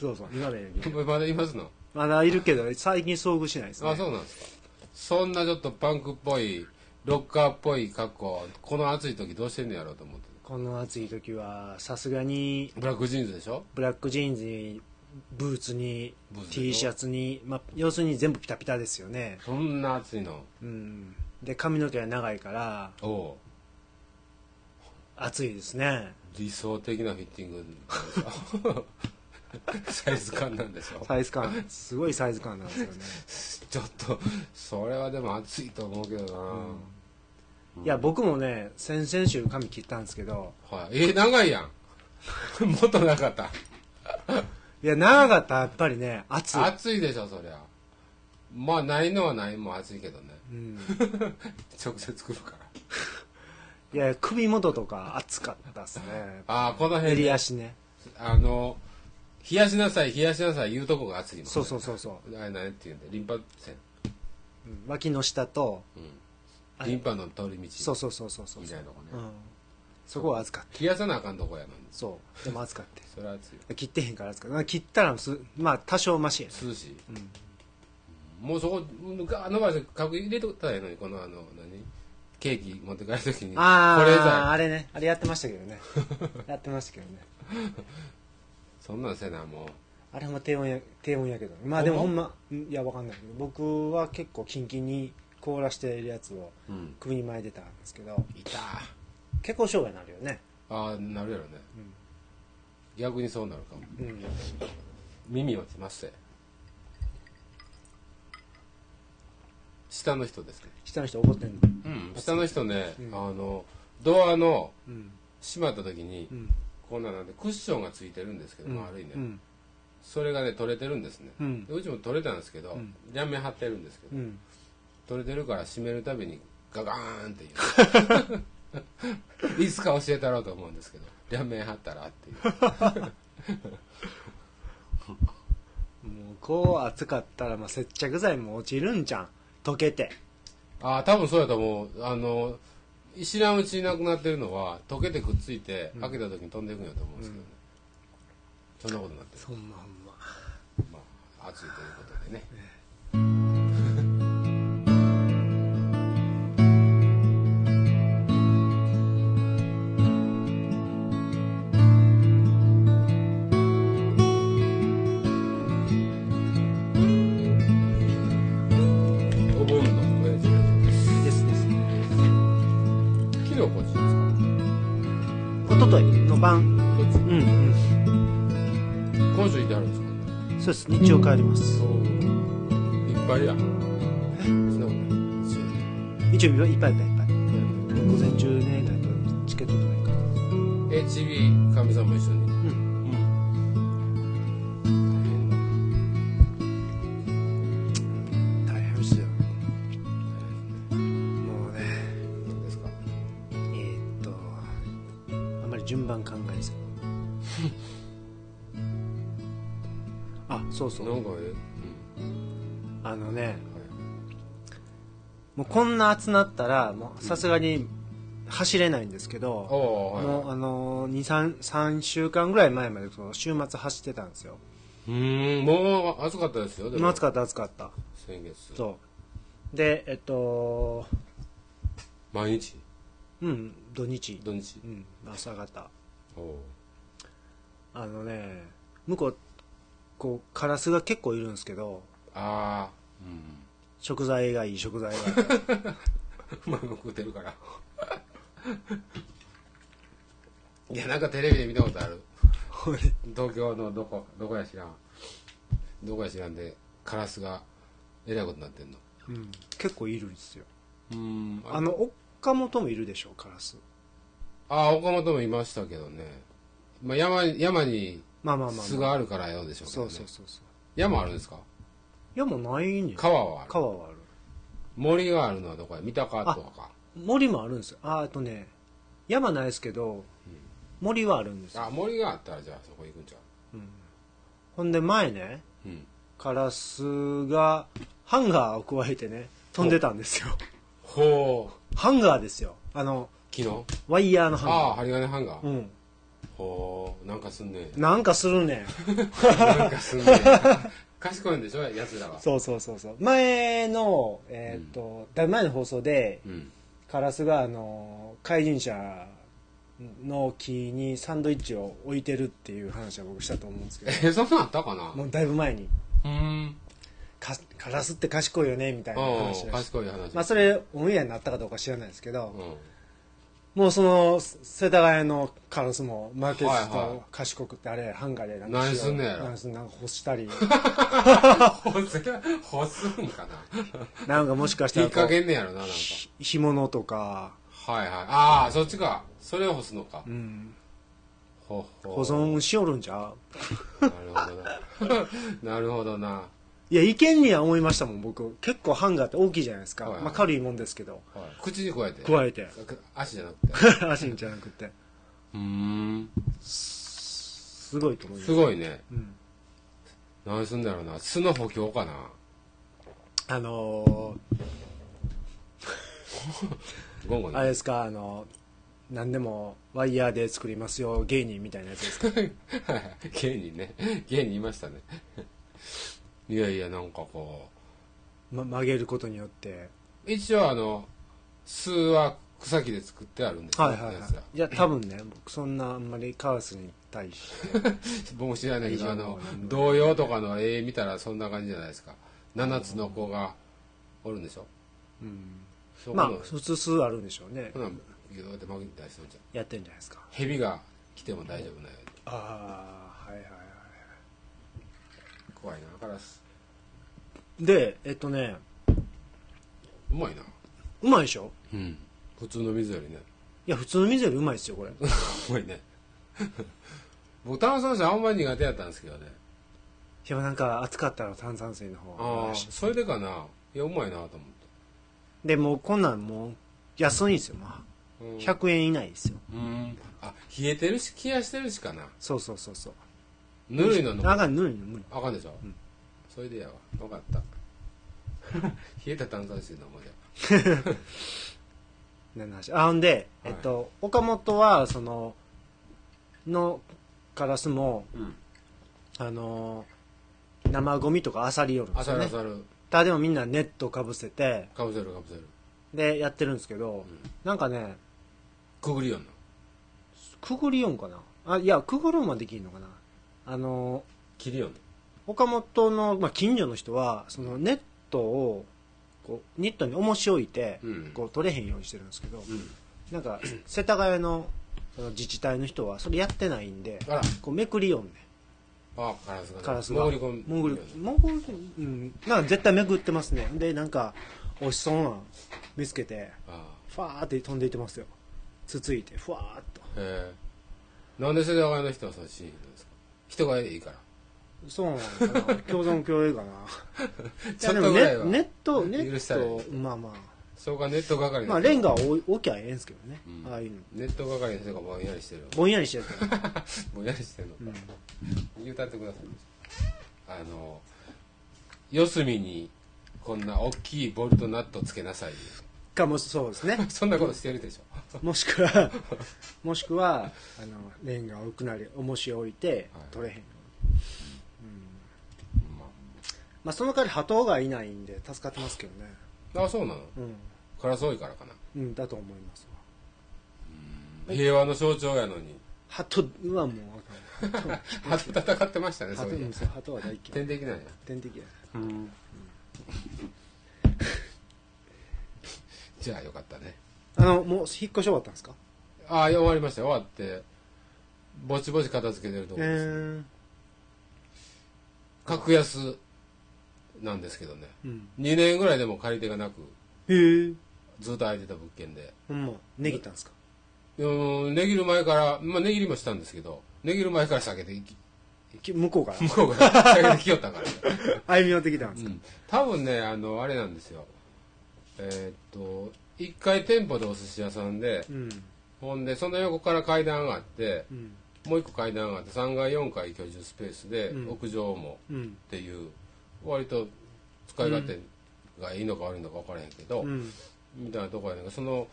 Speaker 2: そうそう今ね
Speaker 1: まだいますの
Speaker 2: まだいるけど最近遭遇しないですね
Speaker 1: あ、そうなんですか。そんなちょっとパンクっぽい、ロッカーっぽい格好、この暑い時どうしてんのやろうと思って。
Speaker 2: この暑い時はさすがに
Speaker 1: ブラックジーンズでしょ
Speaker 2: ブラックジーンズにブーツに
Speaker 1: ブーツでしょ
Speaker 2: T シャツに、まあ、要するに全部ピタピタですよね
Speaker 1: そんな暑いの。
Speaker 2: うんで髪の毛が長いから
Speaker 1: おお
Speaker 2: 暑いですね
Speaker 1: う理想的なフィッティングなんでしょ サイズ感なんでしょ
Speaker 2: サイズ感すごいサイズ感な んですよね、
Speaker 1: ちょっと、それはでも暑いと思うけどな、
Speaker 2: いや僕もね先々週髪切ったんですけど
Speaker 1: はい。えー長いやん。 もっとなかった。
Speaker 2: いや長かったらやっぱりね暑い、
Speaker 1: 暑いでしょ、そりゃ。まあ、ないのはないも暑いけどね。
Speaker 2: うん、
Speaker 1: 直接来るから。
Speaker 2: いや首元とか暑かったですね
Speaker 1: ああ、この辺
Speaker 2: 襟
Speaker 1: で、
Speaker 2: 足ね
Speaker 1: あの、冷やしなさい、冷やしなさい言うとこが暑いもん、ね。。
Speaker 2: そうそうそうそう
Speaker 1: あれ何って言うんだよリンパ腺。
Speaker 2: うん脇の下と
Speaker 1: うん。リンパの通り道。
Speaker 2: そうそうそうそうそう
Speaker 1: みたいなとこね。
Speaker 2: うん、そこは暑かった
Speaker 1: 冷やさなあかんとこやのに。
Speaker 2: そうでも暑かった
Speaker 1: それは暑いよ。
Speaker 2: 切ってへんからですから切ったらすまあ多少マシやね
Speaker 1: 涼しい。もうそこ、ガー伸ばして、角入れとったらええのに、このあの、何ケーキ持って帰るときに。
Speaker 2: あ
Speaker 1: 保冷剤
Speaker 2: ああれねあれやってましたけど ねやってましたけどね
Speaker 1: そんなんせな、もう。
Speaker 2: あれほんま低温や低温やけどまあでも
Speaker 1: ほ
Speaker 2: ほ
Speaker 1: ん
Speaker 2: んまうんいやわかんないけど僕は結構キンキンに凍らしてるやつを
Speaker 1: うん。
Speaker 2: 首に巻いてたんですけど
Speaker 1: いたあ
Speaker 2: 結構障害になるよね
Speaker 1: あーなるやろね、逆にそうなるかも
Speaker 2: うん
Speaker 1: 耳落ちますせ下の人ですね
Speaker 2: 下の人怒ってんの
Speaker 1: うん下の人ね、
Speaker 2: うん
Speaker 1: あのドアの
Speaker 2: うん
Speaker 1: 閉まった時に、
Speaker 2: うん
Speaker 1: こんななんでクッションがついてるんですけど、丸いね、
Speaker 2: うん
Speaker 1: それがね取れてるんですね、
Speaker 2: うん
Speaker 1: でうちも取れたんですけど、
Speaker 2: うん
Speaker 1: 両面張ってるんですけど、
Speaker 2: うん
Speaker 1: 取れてるから閉めるたびにガガーンっていういつか教えたろうと思うんですけど両面張ったらっていう
Speaker 2: もうこう暑かったらまあ接着剤も落ちるんじゃん溶けて
Speaker 1: ああ多分そうやと思うあの知らんうちになくなってるのは溶けてくっついて、開けた時に飛んでいくんやと思うんですけどね、そんなことになってる
Speaker 2: そんなほんま
Speaker 1: まあ暑いということでねお盆の上です
Speaker 2: ですです
Speaker 1: 昨日こっちですか
Speaker 2: おとといの晩
Speaker 1: どっち
Speaker 2: うんうん
Speaker 1: 今週いてあるんですか
Speaker 2: そうです日曜帰ります
Speaker 1: いっぱいやそんなことないそう
Speaker 2: 日曜日はいっぱいいっぱいいっぱい午前中ねないとチケット取れないから
Speaker 1: HB かみさんも一緒に
Speaker 2: うん大変ですよもうね
Speaker 1: 何ですか
Speaker 2: えーっとあんまり順番考え ずあそうそ
Speaker 1: な
Speaker 2: うん
Speaker 1: かえ
Speaker 2: あのねもうこんな暑なったらもうさすがに走れないんですけど、
Speaker 1: ああはい
Speaker 2: もうあのー、2 3 3週間ぐらい前までその週末走ってたんですよ
Speaker 1: うーんもう暑かったですよでも
Speaker 2: 暑かった暑かった
Speaker 1: 先月
Speaker 2: そうでえっと
Speaker 1: 毎日
Speaker 2: うん土日、
Speaker 1: 土日
Speaker 2: うん、朝方
Speaker 1: おう
Speaker 2: あのね向こうこうカラスが結構いるんですけど
Speaker 1: ああうん
Speaker 2: 食材がいい食材がいい
Speaker 1: うまく食ってるから いやなんかテレビで見たことある
Speaker 2: ほれ
Speaker 1: 東京のどこどこや知らんどこや知らんでカラスがえらいことになってんの
Speaker 2: うん、結構いるんですよ
Speaker 1: うん
Speaker 2: あの岡本もいるでしょカラス
Speaker 1: ああ岡本もいましたけどね、まあ、山山に
Speaker 2: まあまあまあ、まあ、
Speaker 1: 巣があるからようでしょうけど、
Speaker 2: そ
Speaker 1: ね
Speaker 2: うそうそうそう
Speaker 1: 山あるんですか
Speaker 2: やもうないんじゃない
Speaker 1: 川はある。
Speaker 2: 川はある
Speaker 1: 森があるのはどこや三鷹とか
Speaker 2: 森もあるんですよあーあとね山ないですけど森はあるんです
Speaker 1: か。
Speaker 2: よ、
Speaker 1: あ、森があったらじゃあそこ行くんちゃ
Speaker 2: ほんで前ね
Speaker 1: ううん。
Speaker 2: カラスがハンガーを加えてね飛んでたんですよ
Speaker 1: ほう。
Speaker 2: ハンガーですよあの
Speaker 1: 昨日
Speaker 2: ワイヤーのハンガー
Speaker 1: ああ、針金ハンガー。
Speaker 2: うん
Speaker 1: ほう。なんかすんね
Speaker 2: なんかするねん
Speaker 1: なんかすんね 賢いんでしょ奴らは。
Speaker 2: そうそうそうそう前のえーっと、だいぶ前の放送で
Speaker 1: うん。
Speaker 2: カラスがあの怪人者の木にサンドイッチを置いてるっていう話は僕したと思うんですけ ど
Speaker 1: え、そんなんあったかな
Speaker 2: もうだいぶ前に
Speaker 1: うん。
Speaker 2: かカラスって賢いよねみたいな話
Speaker 1: うん。
Speaker 2: だし
Speaker 1: 賢い話。
Speaker 2: まあそれオンエアになったかどうか知らないですけど、
Speaker 1: うん。
Speaker 2: もうその世田谷のカラスもマーケッ
Speaker 1: はいはい
Speaker 2: ト賢くってあれハンガーでなん
Speaker 1: 何すんねやろ
Speaker 2: なんかすんなんか干したり
Speaker 1: 干せ、干すんか な。
Speaker 2: なんかもしかした
Speaker 1: 引
Speaker 2: ら
Speaker 1: っ
Speaker 2: こう
Speaker 1: 掛けんねやろな、なんか。
Speaker 2: ひ干物とか、
Speaker 1: はいはい。ああ、そっちか。それを干すのか
Speaker 2: う。ん、
Speaker 1: ほうほう
Speaker 2: 保存しおるんじゃう
Speaker 1: なるほどな。なるほどな。
Speaker 2: いやいけんには思いましたもん僕結構ハンガーって大きいじゃないですか、
Speaker 1: はいはい
Speaker 2: まあ、軽いもんですけど
Speaker 1: はい口に加えて。
Speaker 2: 加えて
Speaker 1: 足じゃなくて。
Speaker 2: 足んじゃなくて
Speaker 1: うーん。
Speaker 2: すごいと思います
Speaker 1: すごいね。
Speaker 2: うん
Speaker 1: 何すんだろうな。巣の補強かな。
Speaker 2: あの
Speaker 1: ゴンゴン
Speaker 2: ー、あれですかあのー何でもワイヤーで作りますよ芸人みたいなやつですか
Speaker 1: 芸人ね。芸人いましたね。いやいや、なんかこ
Speaker 2: ま、曲げることによって
Speaker 1: う。一応あの、巣は草木で作ってあるんですよ。
Speaker 2: はいはいは
Speaker 1: や
Speaker 2: い
Speaker 1: つら
Speaker 2: いや多分ね僕そんなあんまりカラスに対 して
Speaker 1: 僕も知らないけ
Speaker 2: 以
Speaker 1: ど、
Speaker 2: 上
Speaker 1: あの
Speaker 2: もう、ん
Speaker 1: 童謡とかの絵見たらそんな感じじゃないですか。七つの子がおるんでしょ。
Speaker 2: うん
Speaker 1: そこ
Speaker 2: まあ
Speaker 1: の
Speaker 2: 普通数あるんでしょうね
Speaker 1: ほな、ギューって曲げたりするんじゃん。
Speaker 2: やってんじゃないですか
Speaker 1: 蛇が来ても大丈夫なように。
Speaker 2: ああはいはいはい
Speaker 1: 怖いな、カラス。
Speaker 2: でえっとね
Speaker 1: うまいな。
Speaker 2: うまいでしょ
Speaker 1: うん。普通の水よりね。
Speaker 2: いや普通の水よりうまいですよ これ
Speaker 1: うまいね。 僕、炭酸水あんまり苦手やったんですけどね。
Speaker 2: でもなんか暑かったら炭酸水の
Speaker 1: あ
Speaker 2: 方が
Speaker 1: あ、それでかな。いや、うまいなと思って。
Speaker 2: でもうこんなんもう安いんですよま
Speaker 1: う
Speaker 2: あ
Speaker 1: ん
Speaker 2: 100円以内ですよ
Speaker 1: うん。あ、冷えてるし、冷やしてるしかな。
Speaker 2: そうそうそうそう
Speaker 1: ぬるいのの。
Speaker 2: あかんぬるいの無理
Speaker 1: あかんでしょ、それでやわ。わかった。冷えた炭酸水の思い
Speaker 2: なんの話あほんで、
Speaker 1: はい
Speaker 2: えっと岡本はそののカラスも
Speaker 1: 出。うん。
Speaker 2: あのー生ゴミとかあさりよるんで
Speaker 1: あ
Speaker 2: す
Speaker 1: さ
Speaker 2: よ
Speaker 1: るあ
Speaker 2: ね
Speaker 1: さる。
Speaker 2: ただでもみんなネットかぶせて
Speaker 1: かぶせるかぶせる。
Speaker 2: でやってるんですけど、
Speaker 1: ん
Speaker 2: なんかね
Speaker 1: くぐりよんの。
Speaker 2: くぐりよんかなあいやくぐるんはできるのかなあのー
Speaker 1: 切りよんの。
Speaker 2: 岡本の、まあ、近所の人はそのネットをこうニットに重し置いて、
Speaker 1: うん
Speaker 2: こう取れへんようにしてるんですけど、
Speaker 1: うん。
Speaker 2: なんか世田谷のその自治体の人はそれやってないんで
Speaker 1: あら。
Speaker 2: こうめくりよんね
Speaker 1: あ、カラスがね、
Speaker 2: カラスが
Speaker 1: 潜り込ん
Speaker 2: 潜
Speaker 1: よ
Speaker 2: る
Speaker 1: ね
Speaker 2: 潜るうんなんか絶対めくってますねでなんか美味しそうな見つけて
Speaker 1: あ
Speaker 2: ファーって飛んでいってますよつついてふわーっと
Speaker 1: あへえなんで世田谷の人はそのシーンなんですか人がいいから
Speaker 2: そうなの かな共存共栄かな
Speaker 1: ちょっ
Speaker 2: いやで
Speaker 1: と
Speaker 2: も
Speaker 1: ぐらい
Speaker 2: ネ
Speaker 1: は
Speaker 2: ネットネ
Speaker 1: 許したらい
Speaker 2: ッ
Speaker 1: い
Speaker 2: トまあまあ
Speaker 1: そうかネット係の人
Speaker 2: まあレンガは置置きゃええんですけどね、
Speaker 1: うん
Speaker 2: ああいうの
Speaker 1: ネット係の人がぼんやりしてる
Speaker 2: ぼんやりしてるから
Speaker 1: ぼんやりしてるのか、言うたってくださいあの四隅にこんな大きいボルトナットつけなさい
Speaker 2: かもそうですね
Speaker 1: そんなことしてるでしょ
Speaker 2: もしくは もしくはあのレンガを置くなり重しを置いて
Speaker 1: はい
Speaker 2: 取れへん、
Speaker 1: ま
Speaker 2: まあその代わり鳩がいないんで助かってますけどね
Speaker 1: ああそうなの
Speaker 2: うん、
Speaker 1: カラス多いからかな
Speaker 2: うん、だと思いますわ
Speaker 1: 平和の象徴やのに
Speaker 2: 鳩はもうあかん
Speaker 1: 鳩 戦ってましたねそ
Speaker 2: 鳩
Speaker 1: ういううん
Speaker 2: そう鳩は大嫌い
Speaker 1: 天敵なんや
Speaker 2: 天敵や
Speaker 1: じゃあよかったね
Speaker 2: あのもう引っ越し終わったんですか
Speaker 1: ああ、終わりました。終わって、ぼちぼち片付けてるところです。
Speaker 2: え
Speaker 1: 格安なんですけどね。
Speaker 2: ー、うん
Speaker 1: 2年ぐらいでも借り手がなく、
Speaker 2: へえ
Speaker 1: ずっと空いてた物件で。
Speaker 2: ほんま値切ったんですか
Speaker 1: うーん、値切る前から、まあ値切りもしたんですけど、値切る前から避けていき
Speaker 2: き向 こうから
Speaker 1: 向こうが仕上げてきよっ たから、
Speaker 2: 歩み寄ってきたんで
Speaker 1: う
Speaker 2: すか、
Speaker 1: ん、多分ねあのあれなんですよえーっと一回店舗でお寿司屋さんで
Speaker 2: うん
Speaker 1: ほんでその横から階段上がって
Speaker 2: うん
Speaker 1: もう一個階段上がって3階4階居住スペースで、
Speaker 2: うん
Speaker 1: 屋上も
Speaker 2: うん
Speaker 1: っていう割と使い勝手がいいのか悪いのか分からへんけど、
Speaker 2: うん
Speaker 1: みたいなとこやねんけどその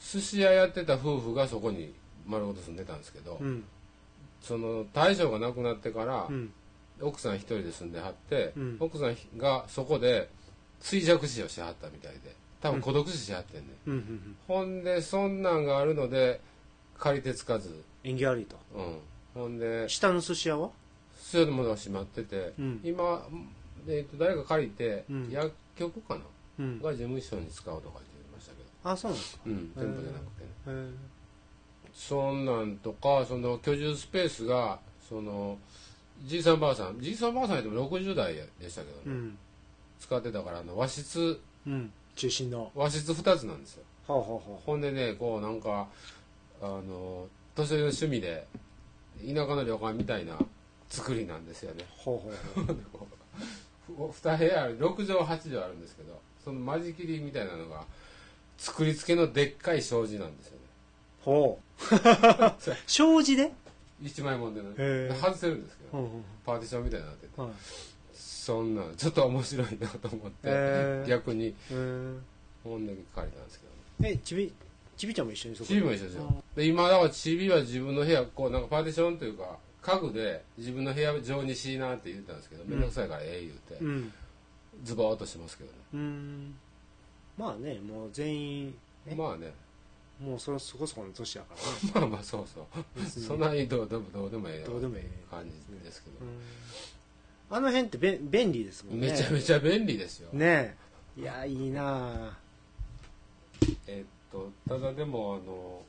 Speaker 1: 寿司屋やってた夫婦がそこに丸ごと住んでたんですけど、
Speaker 2: うん
Speaker 1: その大将が亡くなってから、
Speaker 2: うん
Speaker 1: 奥さん一人で住んではって、
Speaker 2: うん
Speaker 1: 奥さんがそこで衰弱死をしてはったみたいで多分孤独死しはってんね、
Speaker 2: うんうん
Speaker 1: ん、ほんでそんなんがあるので借り手つかず、
Speaker 2: 縁起悪いと
Speaker 1: うん、ほんで
Speaker 2: 下の寿司屋は
Speaker 1: それでものが閉まってて、
Speaker 2: うん
Speaker 1: 今、えー、と誰か借りて、
Speaker 2: うん
Speaker 1: 薬局かな、
Speaker 2: うん
Speaker 1: が事務所に使うとかって言いましたけど、
Speaker 2: あそうなんですか
Speaker 1: うん、店舗じゃなくてね
Speaker 2: へー
Speaker 1: そんなんとかその居住スペースがそのじいさんばあさんじいさんばあさんやっても60代でしたけどね、
Speaker 2: うん
Speaker 1: 使ってたからあの和室
Speaker 2: うん中心の
Speaker 1: 和室2つなんですよ
Speaker 2: ほうほうほ
Speaker 1: ほんでねこうなんかあの年寄りの趣味で田舎の旅館みたいな作りなんですよね
Speaker 2: うほうほうほう
Speaker 1: 2部屋ある6畳8畳あるんですけどその間仕切りみたいなのが作り付けのでっかい障子なんですよね
Speaker 2: ほ う障子で
Speaker 1: 一枚もんでね
Speaker 2: へえ
Speaker 1: 外せるんですけ
Speaker 2: う
Speaker 1: ど
Speaker 2: んうん
Speaker 1: パーティションみたいになってて
Speaker 2: はい
Speaker 1: そんなんちょっと面白いなと思って、
Speaker 2: へえ
Speaker 1: 逆に
Speaker 2: へー
Speaker 1: 本だけ借りたんですけどね
Speaker 2: えちびちびちゃんも一緒にそこ
Speaker 1: チビも一緒ですよで今だからチビは自分の部屋こうなんかパーティションというか家具で自分の部屋上にしいなって言ってたんですけど
Speaker 2: ん
Speaker 1: 面倒くさいからええ言うて、
Speaker 2: うん
Speaker 1: ズボーっとしてますけど
Speaker 2: うんまあねもう全員
Speaker 1: ねまあね
Speaker 2: もうそそこそこの年やからね
Speaker 1: まあまあそうそう
Speaker 2: 別 に
Speaker 1: そんなにどうでもどうでもええな
Speaker 2: どうでもええ
Speaker 1: 感じですけど、
Speaker 2: あの辺ってべん便利ですもんね
Speaker 1: めちゃめちゃ便利ですよ、
Speaker 2: ねえいやいいなあ
Speaker 1: えっとただでもあの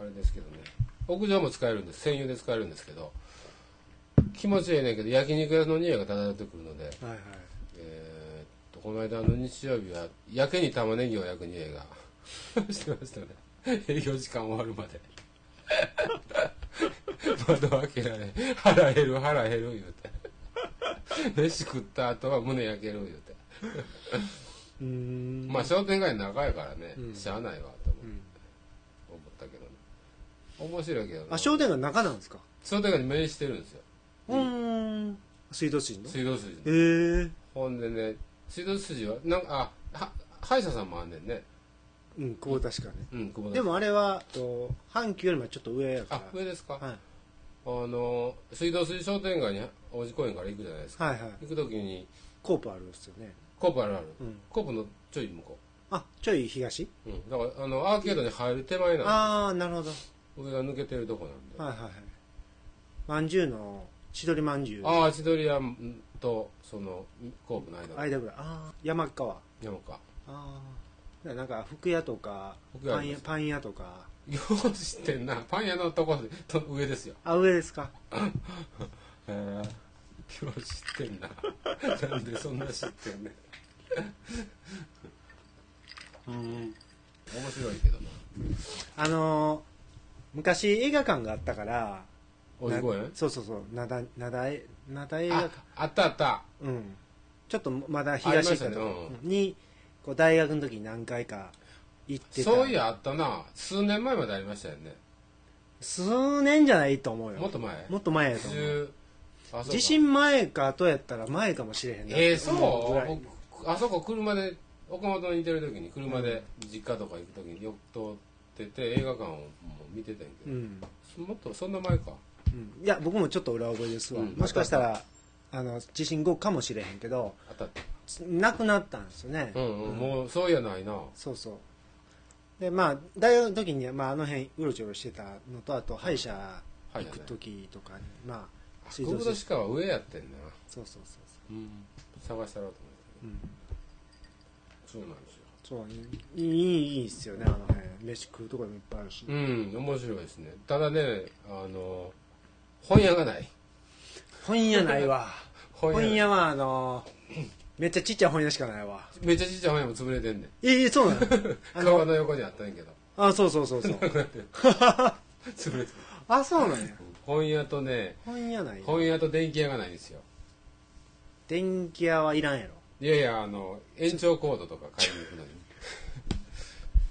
Speaker 1: あれですけどね屋上も使えるんです専用で使えるんですけど気持ちええねんけど焼肉屋の匂いが漂ってくるので
Speaker 2: はいはい
Speaker 1: えーっとこの間の日曜日はやけに玉ねぎを焼く匂いが してましたね営業時間終わるまで 窓開けられ腹減る腹減る言うて飯食った後は胸焼ける言うて
Speaker 2: うーん
Speaker 1: まあ商店街長いからね、
Speaker 2: うん
Speaker 1: しゃあないわと思,、
Speaker 2: うん
Speaker 1: 思ったけどね面白いけどな
Speaker 2: あ商店街の中なんですか
Speaker 1: 商店街に面してるんですよ
Speaker 2: うーん水道水の
Speaker 1: 水道筋に
Speaker 2: ええ
Speaker 1: ほんでね水道筋はなんかあは歯医者さんもあんねんね
Speaker 2: うんこう確かね
Speaker 1: うん久保田さん
Speaker 2: でもあれはと阪急よりもちょっと上やか
Speaker 1: あ
Speaker 2: ら
Speaker 1: 上ですか、
Speaker 2: はい
Speaker 1: あの水道水商店街に王子公園から行くじゃないですか、
Speaker 2: はいはい
Speaker 1: 行く時に
Speaker 2: コープあるんですよね
Speaker 1: コープあるある、
Speaker 2: うん
Speaker 1: コープのちょい向こ
Speaker 2: あちょい東
Speaker 1: う、うん、だからあのアーケードに入る手前なん
Speaker 2: ああなるほど
Speaker 1: で上が抜けてるとこなんで、
Speaker 2: はいはいはいまんじゅうの千鳥まんじゅう
Speaker 1: ああ千鳥屋とそのコープの間
Speaker 2: 間ぐらいああ山川
Speaker 1: 山か
Speaker 2: ああなんか服屋とか
Speaker 1: 服屋あ
Speaker 2: パン
Speaker 1: りま
Speaker 2: 屋
Speaker 1: す
Speaker 2: パン屋とか
Speaker 1: よう知ってんなパン屋のとこでと上ですよ
Speaker 2: あ上ですか
Speaker 1: へえよう知って んななんでそんな知ってんねんうん面白いけどな
Speaker 2: あのー昔映画館があったから
Speaker 1: 王子公園
Speaker 2: なそうそうそう灘灘映灘映画
Speaker 1: あ
Speaker 2: 館
Speaker 1: あったあった
Speaker 2: うんちょっとまだ東行った
Speaker 1: あ
Speaker 2: と
Speaker 1: りまし
Speaker 2: こ
Speaker 1: たね
Speaker 2: にこう大学の時に何回か行ってた
Speaker 1: そういやあったな数年前までありましたよね
Speaker 2: 数年じゃないと思うよ
Speaker 1: もっと前
Speaker 2: もっと前やと思う
Speaker 1: 10あそうか
Speaker 2: 地震前か後やったら前かもしれへんな
Speaker 1: ええ
Speaker 2: って思ぐらい
Speaker 1: そう僕あそこ車で岡本に似てる時に車で実家とか行く時によく通ってて映画館をもう見てたんやけ
Speaker 2: う
Speaker 1: ど、
Speaker 2: ん
Speaker 1: もっとそんな前か
Speaker 2: うんいや僕もちょっと裏覚えですわ、
Speaker 1: うん
Speaker 2: もしかしたらあの地震後かもしれへんけど
Speaker 1: あったあった
Speaker 2: つなくなったんですよね、
Speaker 1: うん、うん、もうそういやないな
Speaker 2: そうそうでまあ大学の時に、まあ、あの辺うろちょろしてたのとあと歯医者
Speaker 1: は
Speaker 2: 行
Speaker 1: い
Speaker 2: く時とかに、まあ水
Speaker 1: 国
Speaker 2: 道
Speaker 1: 土
Speaker 2: 水
Speaker 1: 市川は上やってんな、
Speaker 2: そうそうそう
Speaker 1: う
Speaker 2: そ
Speaker 1: ん、探したろうと
Speaker 2: う、うん、
Speaker 1: 思ってそうなんですよ
Speaker 2: そういいいいいいっすよねあの辺飯食うとこでもいっぱいあるし、
Speaker 1: うん面白いですねただねあの本屋がない
Speaker 2: 本屋ないわ
Speaker 1: 本
Speaker 2: 本
Speaker 1: 屋
Speaker 2: 屋はあのめっちゃちっちゃい本屋しかないわ
Speaker 1: めっちゃちっちゃい本屋も潰れてんねん
Speaker 2: ええそうなの あ
Speaker 1: 川
Speaker 2: の
Speaker 1: の横にあったんやけど
Speaker 2: あそうそうそうそう
Speaker 1: 潰れてる
Speaker 2: あそうなんや
Speaker 1: 本屋とね
Speaker 2: 本屋ない
Speaker 1: 本屋と電気屋がないんですよ
Speaker 2: 電気屋はいらんやろ
Speaker 1: いやいやあの延長コードとか買いに行く のに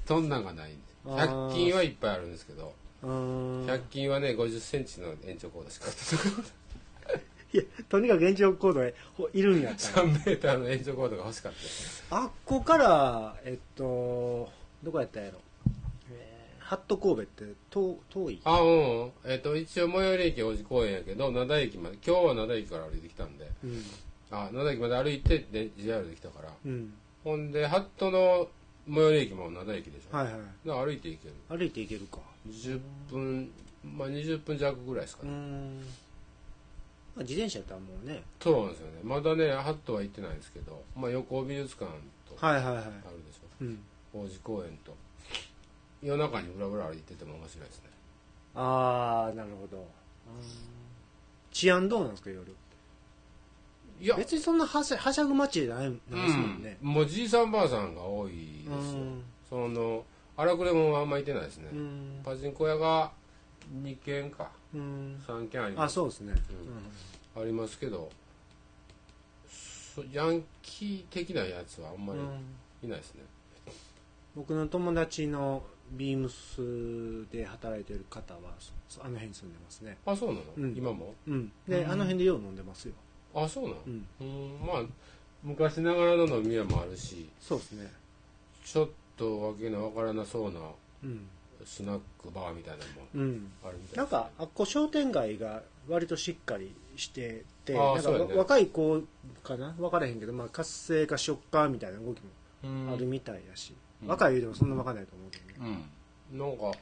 Speaker 1: そんなんがないんで
Speaker 2: あー
Speaker 1: 100均はいっぱいあるんですけど
Speaker 2: うーん
Speaker 1: 100均はね5 0ンチの延長コードしか買ってなかっ
Speaker 2: いやとにかく延長コードへほいるんやった た
Speaker 1: 3
Speaker 2: ら
Speaker 1: メーターの延長コードが欲しかったです
Speaker 2: あっこからえっとどこやったんやろ、えー、ハット神戸って遠遠い
Speaker 1: あうん、えっと一応最寄り駅王子公園やけど灘駅まで今日は灘駅から歩いてきたんで
Speaker 2: うん
Speaker 1: あ灘駅まで歩いてで JR できたから
Speaker 2: うん
Speaker 1: ほんでハットの最寄り駅も灘駅でしょ、
Speaker 2: はいはい
Speaker 1: だから歩いて行ける
Speaker 2: 歩いていけるか
Speaker 1: 10分まあ20分弱ぐらいですか
Speaker 2: うー
Speaker 1: ね、
Speaker 2: ん、まあ、自転車やったらもうね
Speaker 1: そうなんですよねまだねハットは行ってないんですけど、まあ、横尾美術館とあ
Speaker 2: はいはいはい、
Speaker 1: るでしょ、
Speaker 2: うん、
Speaker 1: 王子公園と夜中にぶらぶら歩いてても面白いですね
Speaker 2: ああなるほど治安どうなんですか夜
Speaker 1: いや
Speaker 2: 別にそんなはしゃはしゃぐ街じゃないなんですもんね、
Speaker 1: うん、もうじいさんばあさんが多いですよ、
Speaker 2: うん
Speaker 1: その荒くれもんはあんまいてないですね、
Speaker 2: うん
Speaker 1: パチンコ屋が2軒か
Speaker 2: うん
Speaker 1: 3軒あり
Speaker 2: あ
Speaker 1: ます
Speaker 2: そうですね、
Speaker 1: ありますけどそヤンキー的なやつはあんま
Speaker 2: うん
Speaker 1: りいないですね、
Speaker 2: 僕の友達のビームスで働いてる方はそそあの辺に住んでますね
Speaker 1: あそうなの、
Speaker 2: うん
Speaker 1: 今も
Speaker 2: うんで、あの辺でよう飲んでますよ
Speaker 1: あそうなの
Speaker 2: うん
Speaker 1: うんまあ昔ながらの飲み屋もあるし
Speaker 2: そうですね
Speaker 1: ちょっとわけのわからなそうな
Speaker 2: うん
Speaker 1: スナックバーみたいなのも
Speaker 2: うん
Speaker 1: あるみたい
Speaker 2: なんかあっこ商店街が割としっかりしてて
Speaker 1: あー
Speaker 2: なんか
Speaker 1: そうや
Speaker 2: わ
Speaker 1: ね
Speaker 2: 若い子かな分からへんけど、まあ、活性化しよっかみたいな動き
Speaker 1: うん
Speaker 2: もあるみたいやし、
Speaker 1: うん
Speaker 2: 若い言うてもそんな分かんないと思うけどね、
Speaker 1: うん、なんか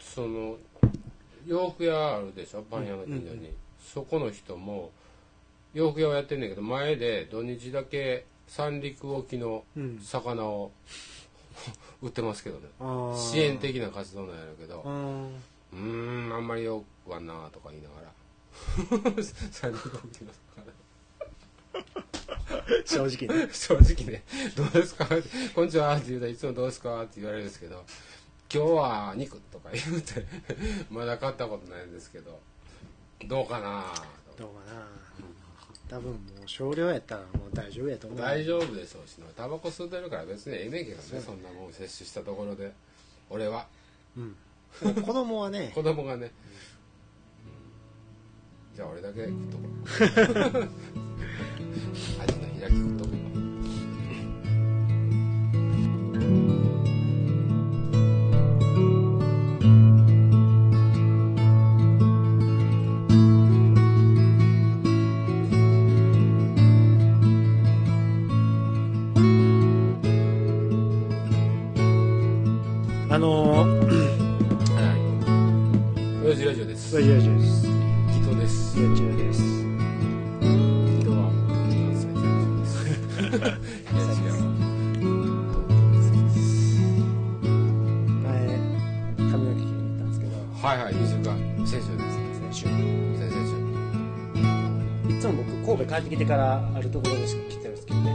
Speaker 1: その洋服屋あるでしょパン屋の近所に、
Speaker 2: うんうん
Speaker 1: そこの人も洋服屋をやってんねんけど前で土日だけ三陸沖の
Speaker 2: うん
Speaker 1: 魚を 売ってますけどね
Speaker 2: あー
Speaker 1: 支援的な活動なんやろうけど
Speaker 2: うーん
Speaker 1: うーんあんまりよくはなとか言いながら 三陸沖の魚
Speaker 2: 正直 ね
Speaker 1: 正直ね「どうですか?」「こんにちは」って言うたらいつも「どうですか?」って言われるんですけど「今日は肉」とか言うて まだ買ったことないんですけどどうかな
Speaker 2: どうかな多分もう少量やったらもう大丈夫やと思う
Speaker 1: 大丈夫でしょうしなタバコ吸ってるから別にええねんけどねそんなもん摂取したところで俺は
Speaker 2: うん、でも子供はね
Speaker 1: 子供がねじゃあ俺だけ食っとこう 味の開き食っとこう
Speaker 2: あのー、
Speaker 1: はい。よじよじです。
Speaker 2: それ大丈夫です
Speaker 1: 伊藤です。
Speaker 2: 大丈夫です
Speaker 1: 伊藤は関西人です。いや違
Speaker 2: 前髪の毛切りに行ったんですけど
Speaker 1: うはいはい、二週間。先週ですね。
Speaker 2: 先
Speaker 1: 先
Speaker 2: 週
Speaker 1: 々週。
Speaker 2: いつも僕神戸帰ってきてからあるところでしか来てるんですけどね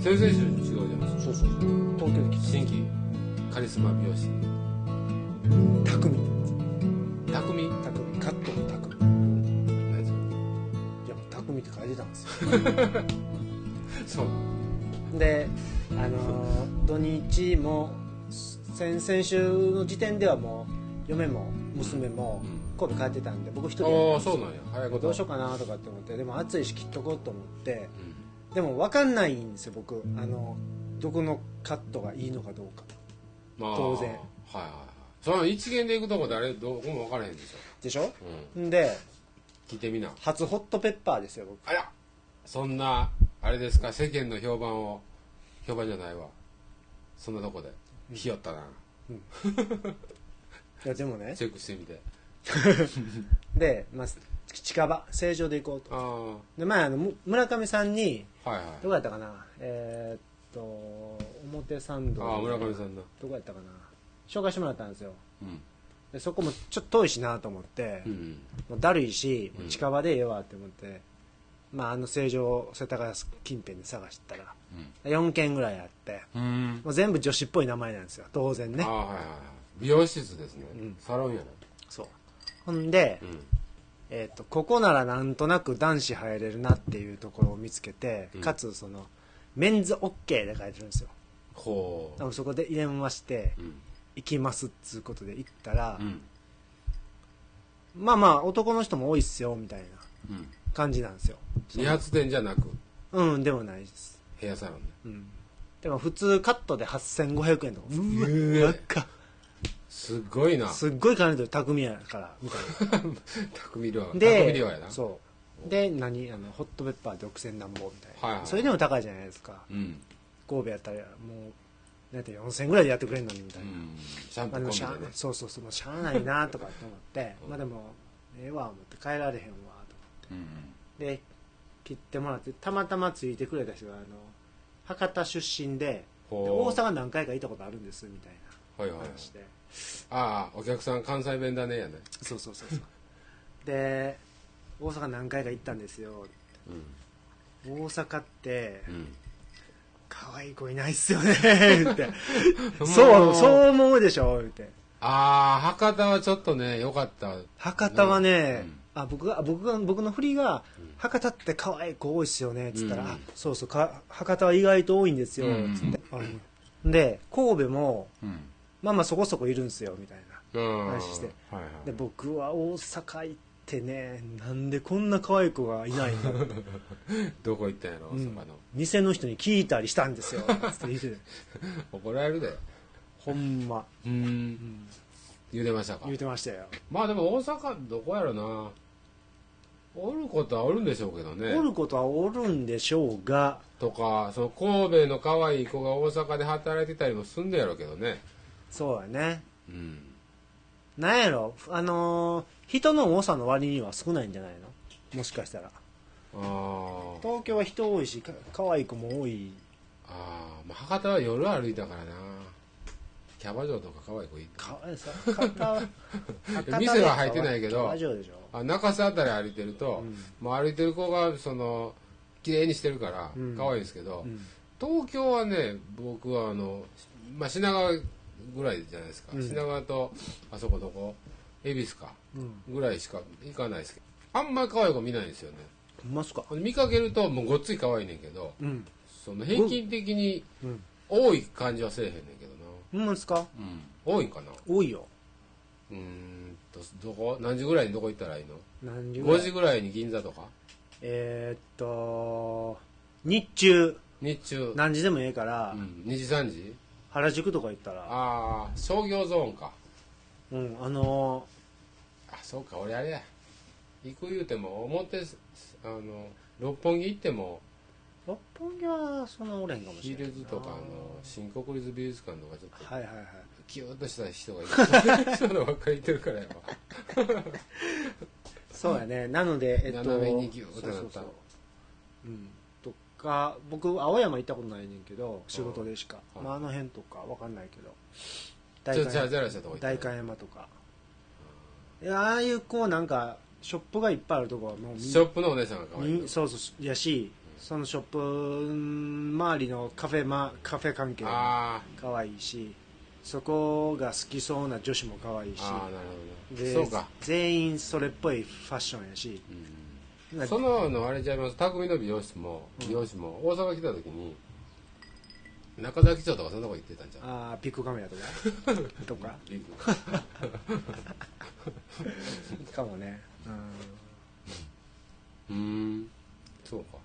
Speaker 1: 先々週違うじゃないですか。
Speaker 2: そうそうそう東京に来た
Speaker 1: 新規カリスマ美容師。
Speaker 2: 匠
Speaker 1: 匠
Speaker 2: 匠カットの匠
Speaker 1: 何
Speaker 2: いや匠って書いてたんですよ
Speaker 1: それそう。
Speaker 2: であのー土日も先々週の時点ではもう嫁も娘も
Speaker 1: うん
Speaker 2: 神戸帰ってたんで僕一人
Speaker 1: あ
Speaker 2: で
Speaker 1: あ、そうなんや。早いこと。
Speaker 2: どうしようかなとかって思ってでも暑いし切っとこうと思って
Speaker 1: うん
Speaker 2: でも分かんないんですよ僕あのどこのカットがいいのかどうか
Speaker 1: まあ
Speaker 2: 当然
Speaker 1: はいはいはい。その一元で行くとこ誰どこも分からへんでし
Speaker 2: でしょ
Speaker 1: ょ。うん。
Speaker 2: んで
Speaker 1: 聞いてみな。
Speaker 2: 初ホットペッパーですよ僕
Speaker 1: あらそんなあれですか世間の評判を評判じゃないわそんなとこでひよったな、
Speaker 2: いやでもね
Speaker 1: チェックしてみて
Speaker 2: で、まあ、近場成城で行こうと
Speaker 1: ああは
Speaker 2: で前あのむ村上さんに
Speaker 1: いはい
Speaker 2: どこやったかなえーっと表参道
Speaker 1: ああ村上さんな
Speaker 2: どこやったかな紹介してもらったんですよ
Speaker 1: うん
Speaker 2: でそこもちょっと遠いしなと思って、
Speaker 1: うん
Speaker 2: もうだるいしもう近場でええわって思って、まああの成城世田谷近辺で探したら4軒ぐらいあって
Speaker 1: うん
Speaker 2: もう全部女子っぽい名前なんですよ当然
Speaker 1: あ
Speaker 2: ね
Speaker 1: あはいはいはい美容室ですね、サロンやな
Speaker 2: そうほんで、
Speaker 1: うん
Speaker 2: えー、とここならなんとなく男子入れるなっていうところを見つけて、
Speaker 1: うん
Speaker 2: かつそのメンズ OK で書いてるんですよ
Speaker 1: ほ
Speaker 2: だ
Speaker 1: う
Speaker 2: からそこで入れまして
Speaker 1: うん
Speaker 2: 行きますっつうことで行ったら、
Speaker 1: うん
Speaker 2: まあまあ男の人も多いっすよみたいな
Speaker 1: うん
Speaker 2: 感じなんですよ
Speaker 1: 理髪店じゃなく
Speaker 2: うんでもないです
Speaker 1: ヘアサロンで
Speaker 2: うんでも普通カットで8500円とかうわ
Speaker 1: うわ
Speaker 2: 高
Speaker 1: すごいな
Speaker 2: っすっごい金取る匠やからみたい
Speaker 1: 匠量
Speaker 2: な
Speaker 1: 匠量やな
Speaker 2: そうで何あのホットペッパー独占暖房みたいな、
Speaker 1: はいはい
Speaker 2: それでも高いじゃないですか
Speaker 1: うん
Speaker 2: 神戸やったらもうなんて4000円ぐらいでやってくれるのにみた
Speaker 1: う
Speaker 2: いな、
Speaker 1: んシャンプー込
Speaker 2: まあ、でも
Speaker 1: み
Speaker 2: しゃあ
Speaker 1: で
Speaker 2: な
Speaker 1: ね
Speaker 2: いそうそうそうもうしゃあないなとかと思って、
Speaker 1: うん
Speaker 2: まあでもええわ思って帰られへんわと
Speaker 1: うん
Speaker 2: で切ってもらってたまたまついてくれた人があの博多出身でで
Speaker 1: ほう
Speaker 2: 大阪何回か行ったことあるんですみた
Speaker 1: は
Speaker 2: い
Speaker 1: い
Speaker 2: な
Speaker 1: はい
Speaker 2: 話で、
Speaker 1: ああお客さん関西弁だねやね
Speaker 2: そうそうそうそうで大阪何回か行ったんですよ
Speaker 1: うん
Speaker 2: 大阪って
Speaker 1: うん
Speaker 2: 可愛い子いないっすよ ねってそうそう思うでしょって
Speaker 1: ああ博多はちょっとね良かった
Speaker 2: 博多はね、
Speaker 1: うん
Speaker 2: あ僕が僕が僕の振りが、博多って可愛い子多いっすよね」っつったら、
Speaker 1: うん
Speaker 2: あそうそうか博多は意外と多いんですよ」
Speaker 1: うん
Speaker 2: つって、あで神戸も
Speaker 1: うん
Speaker 2: まあまあそこそこいるんですよみたいな
Speaker 1: うん
Speaker 2: 話して
Speaker 1: はいはい
Speaker 2: で僕は大阪行ってねなんでこんな可愛い子がいないの、
Speaker 1: どこ行ったんやろ大
Speaker 2: うん
Speaker 1: 阪の
Speaker 2: 店の人に聞いたりした んですよつって言って
Speaker 1: 怒られるで
Speaker 2: ほんま
Speaker 1: うん言うてましたか
Speaker 2: 言うてましたよ
Speaker 1: まあでも大阪どこやろなおることはおるんでしょうけどね
Speaker 2: おることはおるんでしょうが
Speaker 1: とかその神戸の可愛い子が大阪で働いてたりもすんだやろうけどね
Speaker 2: そうやね
Speaker 1: うん
Speaker 2: なんやろあのー人の多さの割には少ないんじゃないのもしかしたら
Speaker 1: あー
Speaker 2: 東京は人多いしか可愛い子も多い
Speaker 1: あー、まあ、博多は夜歩いたからなキャバ嬢とか可愛い子いた
Speaker 2: かわいさ博多は博多で
Speaker 1: 店は入ってないけど
Speaker 2: キャバ嬢でしょ
Speaker 1: あ中洲あたり歩いてると、もう歩いてる子がその綺麗にしてるから
Speaker 2: うん
Speaker 1: 可愛いですけど、
Speaker 2: うん
Speaker 1: 東京はね僕はあの、まあ、品川ぐらいじゃないですか、
Speaker 2: うん
Speaker 1: 品川とあそこどこ恵比寿か
Speaker 2: うん
Speaker 1: ぐらいしか行かないですけどあんまり可愛い子見ないんですよね
Speaker 2: ほんますか
Speaker 1: 見かけるともうごっつい可愛いねんけど
Speaker 2: うん
Speaker 1: その平均的に
Speaker 2: うん
Speaker 1: 多い感じはせえへんねんけどな、
Speaker 2: ほんますか
Speaker 1: 多いんかな
Speaker 2: 多いよ
Speaker 1: うーんとどこ何時ぐらいにどこ行ったらいいの
Speaker 2: 何時ぐらい
Speaker 1: 5時ぐらいに銀座とか
Speaker 2: えー、っと日中
Speaker 1: 日中、
Speaker 2: 何時でもええから、
Speaker 1: うん、2時3時
Speaker 2: 原宿とか行ったら
Speaker 1: ああ商業ゾーンか
Speaker 2: うんあの
Speaker 1: あそうか俺あれや行く言うても表すあの六本木行っても
Speaker 2: ー六本木はそんなおれへんかもし
Speaker 1: ヒ
Speaker 2: れない
Speaker 1: ールズとかあの新国立美術館とかちょっと
Speaker 2: はいはいはい
Speaker 1: キューッとした人がいる そういうのばっかり言ってるからやわ
Speaker 2: そうやねなのでえっと
Speaker 1: 斜めにギューッとなった
Speaker 2: そうそうそううんとか僕青山行ったことないねんけど仕事でしか
Speaker 1: うん
Speaker 2: まあ、あの辺とかわかんないけど
Speaker 1: ちょっとチャラチャラしたとこ行ったね
Speaker 2: 代官山とかいやああいうこうなんかショップがいっぱいあるとこはもうみん
Speaker 1: ショップのお姉さんが可愛い
Speaker 2: みんそうそうやしそのショップ周りのカフェ、ま、カフェ関係も
Speaker 1: あ
Speaker 2: 可愛いしそこが好きそうな女子も可愛い
Speaker 1: ー
Speaker 2: し
Speaker 1: あーなる
Speaker 2: で
Speaker 1: ほどそうか、
Speaker 2: 全員それっぽいファッションやし
Speaker 1: うん
Speaker 2: なんか
Speaker 1: そのあのあれちゃいます匠の美容室も美容師も大阪来た時に中崎町とかそんなとこ行ってたんじゃん
Speaker 2: あービッグカメラとか とか
Speaker 1: ビッグ
Speaker 2: かもね
Speaker 1: う
Speaker 2: うん
Speaker 1: ーんそうか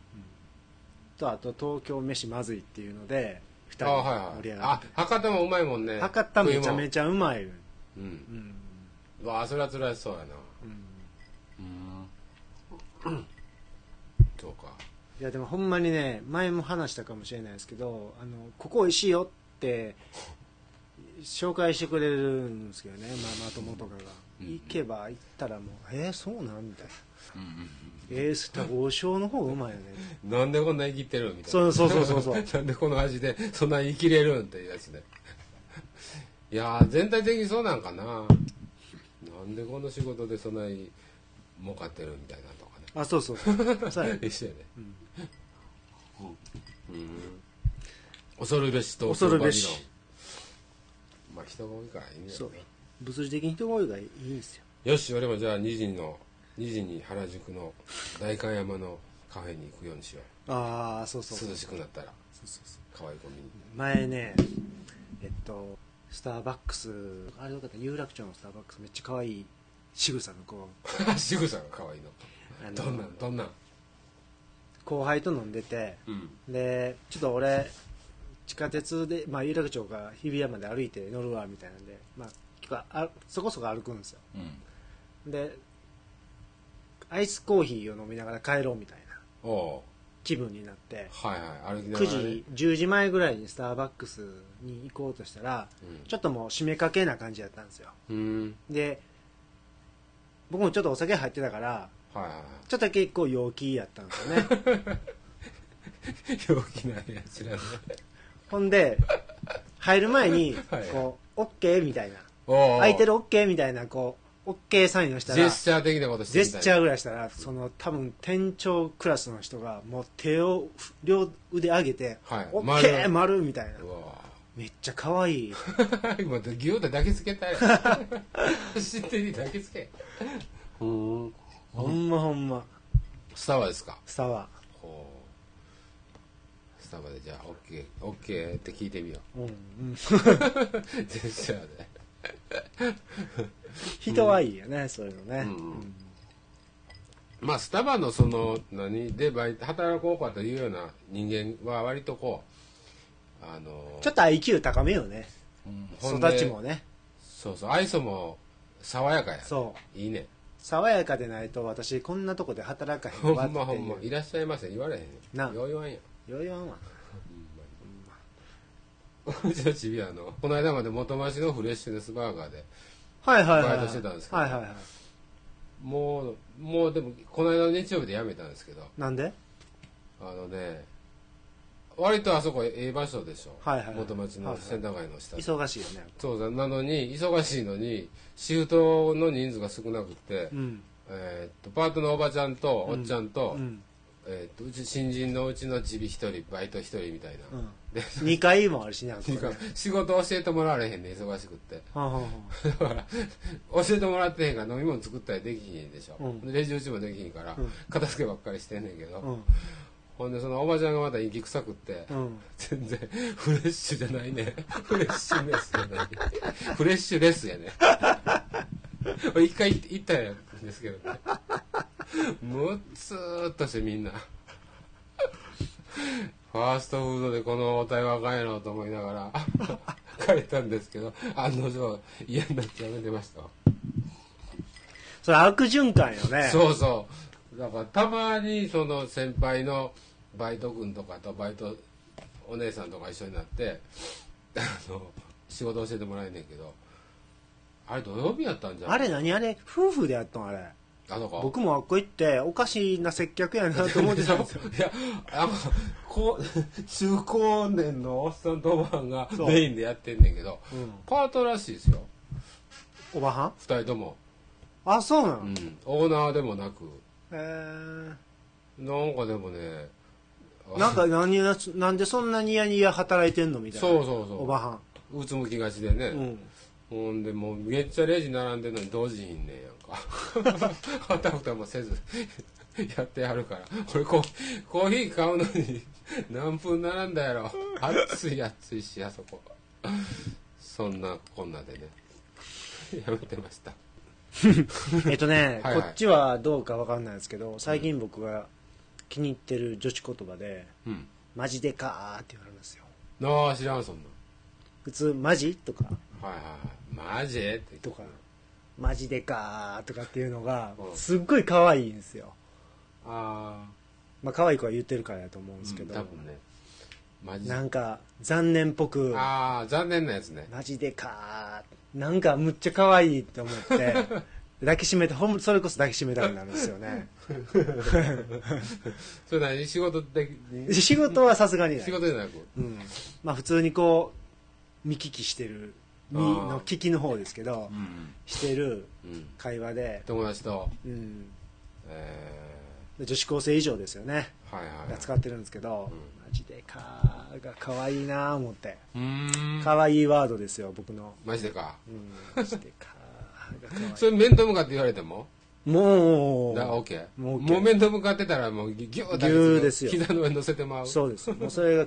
Speaker 2: とあと東京飯まずいっていうので2人
Speaker 1: あはいはい
Speaker 2: 盛り上がって、
Speaker 1: あ博多もうまいもんね
Speaker 2: 博多めちゃめちゃうまい、
Speaker 1: 冬もうん
Speaker 2: うん
Speaker 1: うわあそれは辛いそうやな
Speaker 2: うん
Speaker 1: うんそうか
Speaker 2: いやでもほんまにね前も話したかもしれないですけどあのここ美味しいよって紹介してくれるんですけどねママ友とかが、
Speaker 1: うん
Speaker 2: 行けば行ったらもうえー、そうなんみたいな
Speaker 1: うん
Speaker 2: えー、多分王将の方がうまいよね
Speaker 1: なんでこんな言い切ってるんみたいな
Speaker 2: そうそうそうそうそう
Speaker 1: なんでこの味でそんな言い切れるんっていうやつでいやー全体的にそうなんかななんでこの仕事でそんなに儲かってるみたいなとかね
Speaker 2: あそうそうそうそうやね
Speaker 1: 一緒やねうん恐るべしと
Speaker 2: 恐るべし
Speaker 1: まあ人が多いからいいんだ
Speaker 2: そ
Speaker 1: よ
Speaker 2: う物理的に人が多いがいいんですよ
Speaker 1: よし俺もじゃあ2時の2時に原宿の代官山のカフェに行くようにしよ
Speaker 2: ああそうそう
Speaker 1: う
Speaker 2: そう
Speaker 1: 涼しくなったら可愛い子見に
Speaker 2: 前ねえっとスターバックスあれよかった有楽町のスターバックスめっちゃ可愛い仕草の子
Speaker 1: しぐさが可愛いの
Speaker 2: あの
Speaker 1: どんなんどんなん
Speaker 2: 後輩と飲んでて
Speaker 1: うん
Speaker 2: でちょっと俺地下鉄で、まあ、有楽町から日比谷まで歩いて乗るわみたいなんで、まあ、結構あそこそこ歩くんですよ
Speaker 1: うん
Speaker 2: でアイスコーヒーを飲みながら帰ろうみたいな
Speaker 1: おお
Speaker 2: 気分になって
Speaker 1: うはいはい歩きながら、ね、
Speaker 2: 9時10時前ぐらいにスターバックスに行こうとしたら
Speaker 1: うん
Speaker 2: ちょっともう締めかけな感じだったんですよ
Speaker 1: うん
Speaker 2: で僕もちょっとお酒入ってたから
Speaker 1: はいはいは
Speaker 2: ちょっと結構陽気やったんですよね
Speaker 1: い陽気なやつ らね
Speaker 2: ほんで入る前に
Speaker 1: はい
Speaker 2: こう OK みたいな
Speaker 1: おうおう
Speaker 2: 空いてる OK みたいなこう OK サインをした
Speaker 1: ジ
Speaker 2: ら
Speaker 1: ェスチャー的なことして
Speaker 2: ジェスチャ
Speaker 1: ー
Speaker 2: ーぐらいしたらその多分店長クラスの人がもう手を両腕上げて「
Speaker 1: はい
Speaker 2: オッケー
Speaker 1: 丸
Speaker 2: 丸」みたいな
Speaker 1: うわ
Speaker 2: めっちゃ可愛い
Speaker 1: ぁ今ギュッと抱きつけ たい走ってに抱きつけうん
Speaker 2: ほんまほんま
Speaker 1: スタバですか
Speaker 2: スタバ
Speaker 1: ほうスタバでじゃあ OK, OK って聞いてみよ
Speaker 2: うんうん
Speaker 1: うジェスチャーで
Speaker 2: 人はいいよねそういうのね
Speaker 1: うんまあスタバのその何でバイト働こうかというような人間は割とこうあの
Speaker 2: ちょっと IQ 高めよね
Speaker 1: ほんで
Speaker 2: 育ちもね
Speaker 1: そうそう愛想も爽やかや
Speaker 2: そう
Speaker 1: いいね
Speaker 2: 爽やかでないと私こんなとこで働かへ
Speaker 1: ほ
Speaker 2: んわっ
Speaker 1: ん
Speaker 2: て
Speaker 1: まほんまい
Speaker 2: い
Speaker 1: うらっしゃいませ言われへん
Speaker 2: な
Speaker 1: よう言わんやん
Speaker 2: よいわんわ
Speaker 1: うちのちびあのこの間まで元町のフレッシュネスバーガーで
Speaker 2: はいはいはい
Speaker 1: バイトしてたんですけど
Speaker 2: はいはいはい
Speaker 1: もうもうでもこの間の日曜日で辞めたんですけど
Speaker 2: なんで
Speaker 1: あのね割とあそこええ場所でしょ、
Speaker 2: はいはいはい
Speaker 1: 元町のセンター街の下、
Speaker 2: 忙しいよね
Speaker 1: そうだなのに忙しいのにシフトの人数が少なくて、
Speaker 2: うん
Speaker 1: えーっとパートのおばちゃんとおっちゃんと,、う
Speaker 2: うん
Speaker 1: えーっとうち新人のうちのちび一人バイト一人みたいな、
Speaker 2: うん
Speaker 1: で
Speaker 2: 2回もあるしねあそ
Speaker 1: なん
Speaker 2: こ
Speaker 1: か
Speaker 2: ね
Speaker 1: 仕事教えてもらわれへんね忙しくって
Speaker 2: はんはんはん
Speaker 1: だから教えてもらってへんから飲み物作ったりできひんでしょ、
Speaker 2: うん
Speaker 1: でレジ打ちもできひんから、
Speaker 2: うん
Speaker 1: 片付けばっかりしてんねんけど、
Speaker 2: うん
Speaker 1: ほんでそのおばちゃんがまた息臭くって、
Speaker 2: うん
Speaker 1: 全然フレッシュじゃないねフレッシュレスじゃないフレッシュレスやね俺一回行ったんですけどねむっつーっとしてみんなファーストフードでこのお題はあかんやろと思いながら書いたんですけど案の定嫌になってやめてましたわ
Speaker 2: それ悪循環よね
Speaker 1: そうそうだからたまにその先輩のバイト君とかとバイトお姉さんとか一緒になってあの仕事教えてもらえんねんけどあれ土曜日やったんじゃん
Speaker 2: あれ何あれ夫婦でやったんあれ
Speaker 1: あの子
Speaker 2: 僕もあっこ行っておかしな接客やなと思ってたんですよ
Speaker 1: いやあのこう 中高年のおっさんとおばはんが
Speaker 2: そう
Speaker 1: メインでやってんねんけど、
Speaker 2: うん
Speaker 1: パートらしいですよ
Speaker 2: おばはん
Speaker 1: 2人とも、
Speaker 2: あそうなの、
Speaker 1: うん、オーナーでもなく
Speaker 2: えー
Speaker 1: なんかでもね
Speaker 2: なんか何やなんでそんなにやにや働いてんのみたいな
Speaker 1: そうそうそう
Speaker 2: おばは
Speaker 1: うつむきがちでね、
Speaker 2: んうん
Speaker 1: ほんでもうめっちゃレジ並んでるのに同時にいんねんやんか あたふたもせずやってやるから俺コーコーヒー買うのに何分並んだやろ暑い暑いしあそこそんなこんなでねやめてました
Speaker 2: えっとね
Speaker 1: はいはい
Speaker 2: こっちはどうかわかんないですけど最近僕が気に入ってる女子言葉で
Speaker 1: うん
Speaker 2: 「マジでか」って言われるんですよ
Speaker 1: なあ知らんそんな
Speaker 2: 普通「マジ?」とか
Speaker 1: んはいはいはいマジって
Speaker 2: とか「マジでか」とかっていうのが
Speaker 1: うん
Speaker 2: すっごい可愛いんですよ
Speaker 1: あ
Speaker 2: まあ可愛い子は言ってるからやと思うん
Speaker 1: あ
Speaker 2: ですけど、
Speaker 1: 多分ねマジ
Speaker 2: なんか残念っぽく
Speaker 1: ああ残念なやつね
Speaker 2: マジでかーなんかむっちゃ可愛いと思って 抱きしめたほんそれこそ抱きしめたくなるんですよ ね
Speaker 1: それ何仕事で
Speaker 2: 仕事はさすがにない
Speaker 1: 仕事じゃなく
Speaker 2: うん、まあ普通にこう見聞きしてるみ
Speaker 1: あー
Speaker 2: の聞きの方ですけど
Speaker 1: ん、
Speaker 2: してる
Speaker 1: うん、
Speaker 2: 会話で、
Speaker 1: 友達と
Speaker 2: うん、
Speaker 1: え
Speaker 2: で女子高生以上ですよね
Speaker 1: ー、はいはい
Speaker 2: が使ってるんですけど、
Speaker 1: うん
Speaker 2: マジでかーが可愛いなー思って
Speaker 1: うーん
Speaker 2: 可愛いワードですよ僕の、
Speaker 1: マジでか
Speaker 2: うん、マジでかーが
Speaker 1: それ面と向かって言われても
Speaker 2: も
Speaker 1: なオ
Speaker 2: う
Speaker 1: ッケーも
Speaker 2: もう
Speaker 1: う
Speaker 2: OK
Speaker 1: 面と向かってたらもうギューッ
Speaker 2: ギューですよ
Speaker 1: 膝の上に乗せてまう
Speaker 2: そうですもうそれが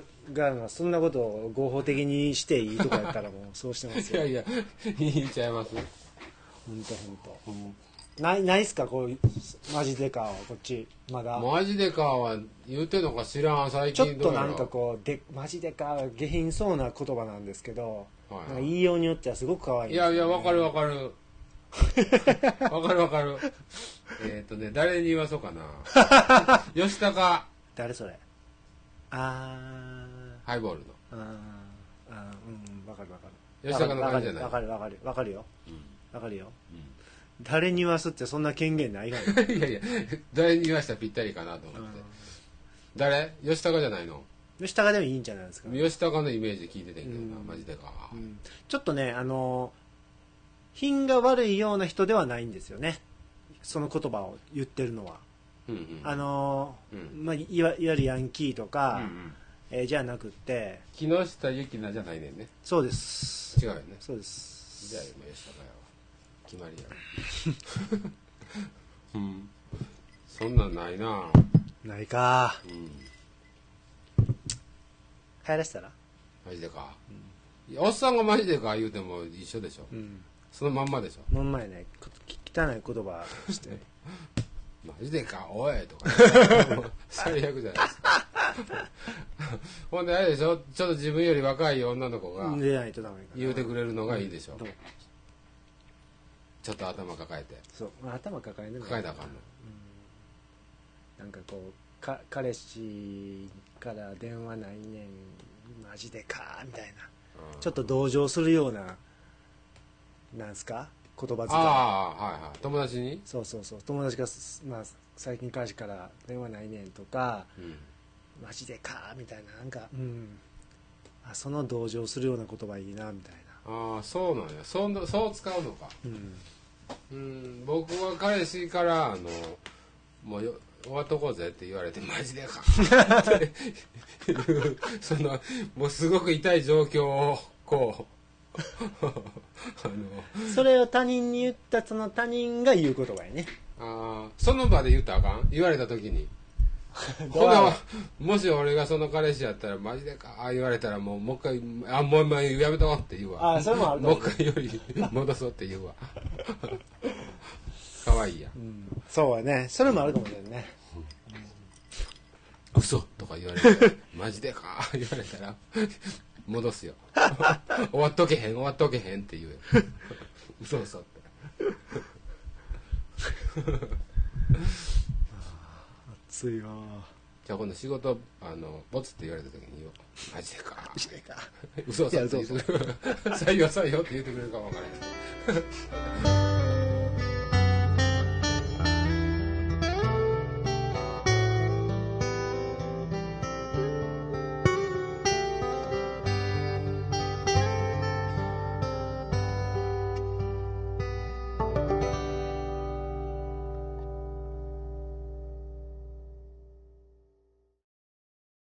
Speaker 2: がそんなことを合法的にしていいとかやったらもうそうしてます
Speaker 1: いや
Speaker 2: よ
Speaker 1: いやいいんちゃいます、
Speaker 2: 本当本当
Speaker 1: うん
Speaker 2: ないないっすかこういうマジでかこっちまだ
Speaker 1: マジでかは言うてんのか知らん最
Speaker 2: ちょ
Speaker 1: 近
Speaker 2: っと
Speaker 1: うや
Speaker 2: な
Speaker 1: ろ
Speaker 2: んかこうでマジでか下品そうな言葉なんですけど、
Speaker 1: はいはい
Speaker 2: なんか言いようによってはすごく可愛
Speaker 1: い
Speaker 2: いんですよ
Speaker 1: や
Speaker 2: ね、
Speaker 1: いやわかるわか るわかるわかるえっ、とね誰に言わそうかな 吉高
Speaker 2: 誰それあ
Speaker 1: ハイボールの
Speaker 2: ーあーあーうんうんわかるわかる
Speaker 1: 吉高の感じじゃない
Speaker 2: わかるわかるわかるわかるよわかるよ、
Speaker 1: う
Speaker 2: 誰に言わすってそんな権限な いがな
Speaker 1: いやいや誰に言わしたらぴったりかなと思って誰吉高じゃないの
Speaker 2: 吉高でもいいんじゃないですか、
Speaker 1: 吉高のイメージ聞いててんけどな、
Speaker 2: うん
Speaker 1: マジでか、
Speaker 2: うんちょっとねあの品が悪いような人ではないんですよねその言葉を言ってるのは
Speaker 1: うんうん、
Speaker 2: あのー
Speaker 1: う
Speaker 2: まあ、いわいわゆるヤンキーと
Speaker 1: う
Speaker 2: か、
Speaker 1: んうん
Speaker 2: えーじゃなくって
Speaker 1: 木下ゆきなじゃないねんね
Speaker 2: そうです
Speaker 1: 違うよね
Speaker 2: そうで
Speaker 1: じゃあ
Speaker 2: す
Speaker 1: 今吉高やわ決まりやわ うんそんなんないな
Speaker 2: ないか
Speaker 1: うん
Speaker 2: 流行らせたら
Speaker 1: マジでか、いやおっさんがマジでか言うても一緒でしょ、
Speaker 2: うん
Speaker 1: そのまんまでしょ
Speaker 2: もう前ねこ汚い言葉して
Speaker 1: マジでかおいと か、最悪じゃないですか ほんであれでしょちょっと自分より若い女の子が
Speaker 2: 出ないとダメかな
Speaker 1: 言うてくれるのがいいでしょ、
Speaker 2: どう
Speaker 1: ちょっと頭抱えて
Speaker 2: そう、まあ、頭抱えな
Speaker 1: 抱えなあかんの
Speaker 2: なんかこうか彼氏から電話ないねんマジでかみたいな
Speaker 1: うん
Speaker 2: ちょっと同情するようななんすか言葉遣い
Speaker 1: ああはいはい友達に、
Speaker 2: そうそうそう友達がす、まあ、最近彼氏から電話ないねんとか
Speaker 1: うん
Speaker 2: マジでかみたいななんかうんあその同情するような言葉いいなみたい
Speaker 1: ああそうなんやそんなそう使うのか
Speaker 2: なうん
Speaker 1: うん僕は彼氏からあのもうよ終わっとこうぜって言われてマジで かっていうそのもうすごく痛い状況をこう あの
Speaker 2: それを他人に言ったその他人が言う言葉やね
Speaker 1: あーその場で言ったらあかん言われた時 にほなもし俺がその彼氏やったらマジでかあ言われたらもうもう一回あもうもうやめとこうって言うわ
Speaker 2: あそれもあると
Speaker 1: もう
Speaker 2: 思う
Speaker 1: 一回より戻そうって言 うわかわいいやん
Speaker 2: うんそうやねそれもあるかもしれないね
Speaker 1: 嘘とか言われて、マジでか言われたら、戻すよ。 終わっとけへん、終わっとけへんって言うよ。 嘘嘘って。
Speaker 2: 熱いわ
Speaker 1: じゃあ今度仕事、あの、ボツって言われた時に言おう。マジでか
Speaker 2: マジでか
Speaker 1: 嘘嘘って言ってくれる。採用採用って言ってくれるかもわからへん。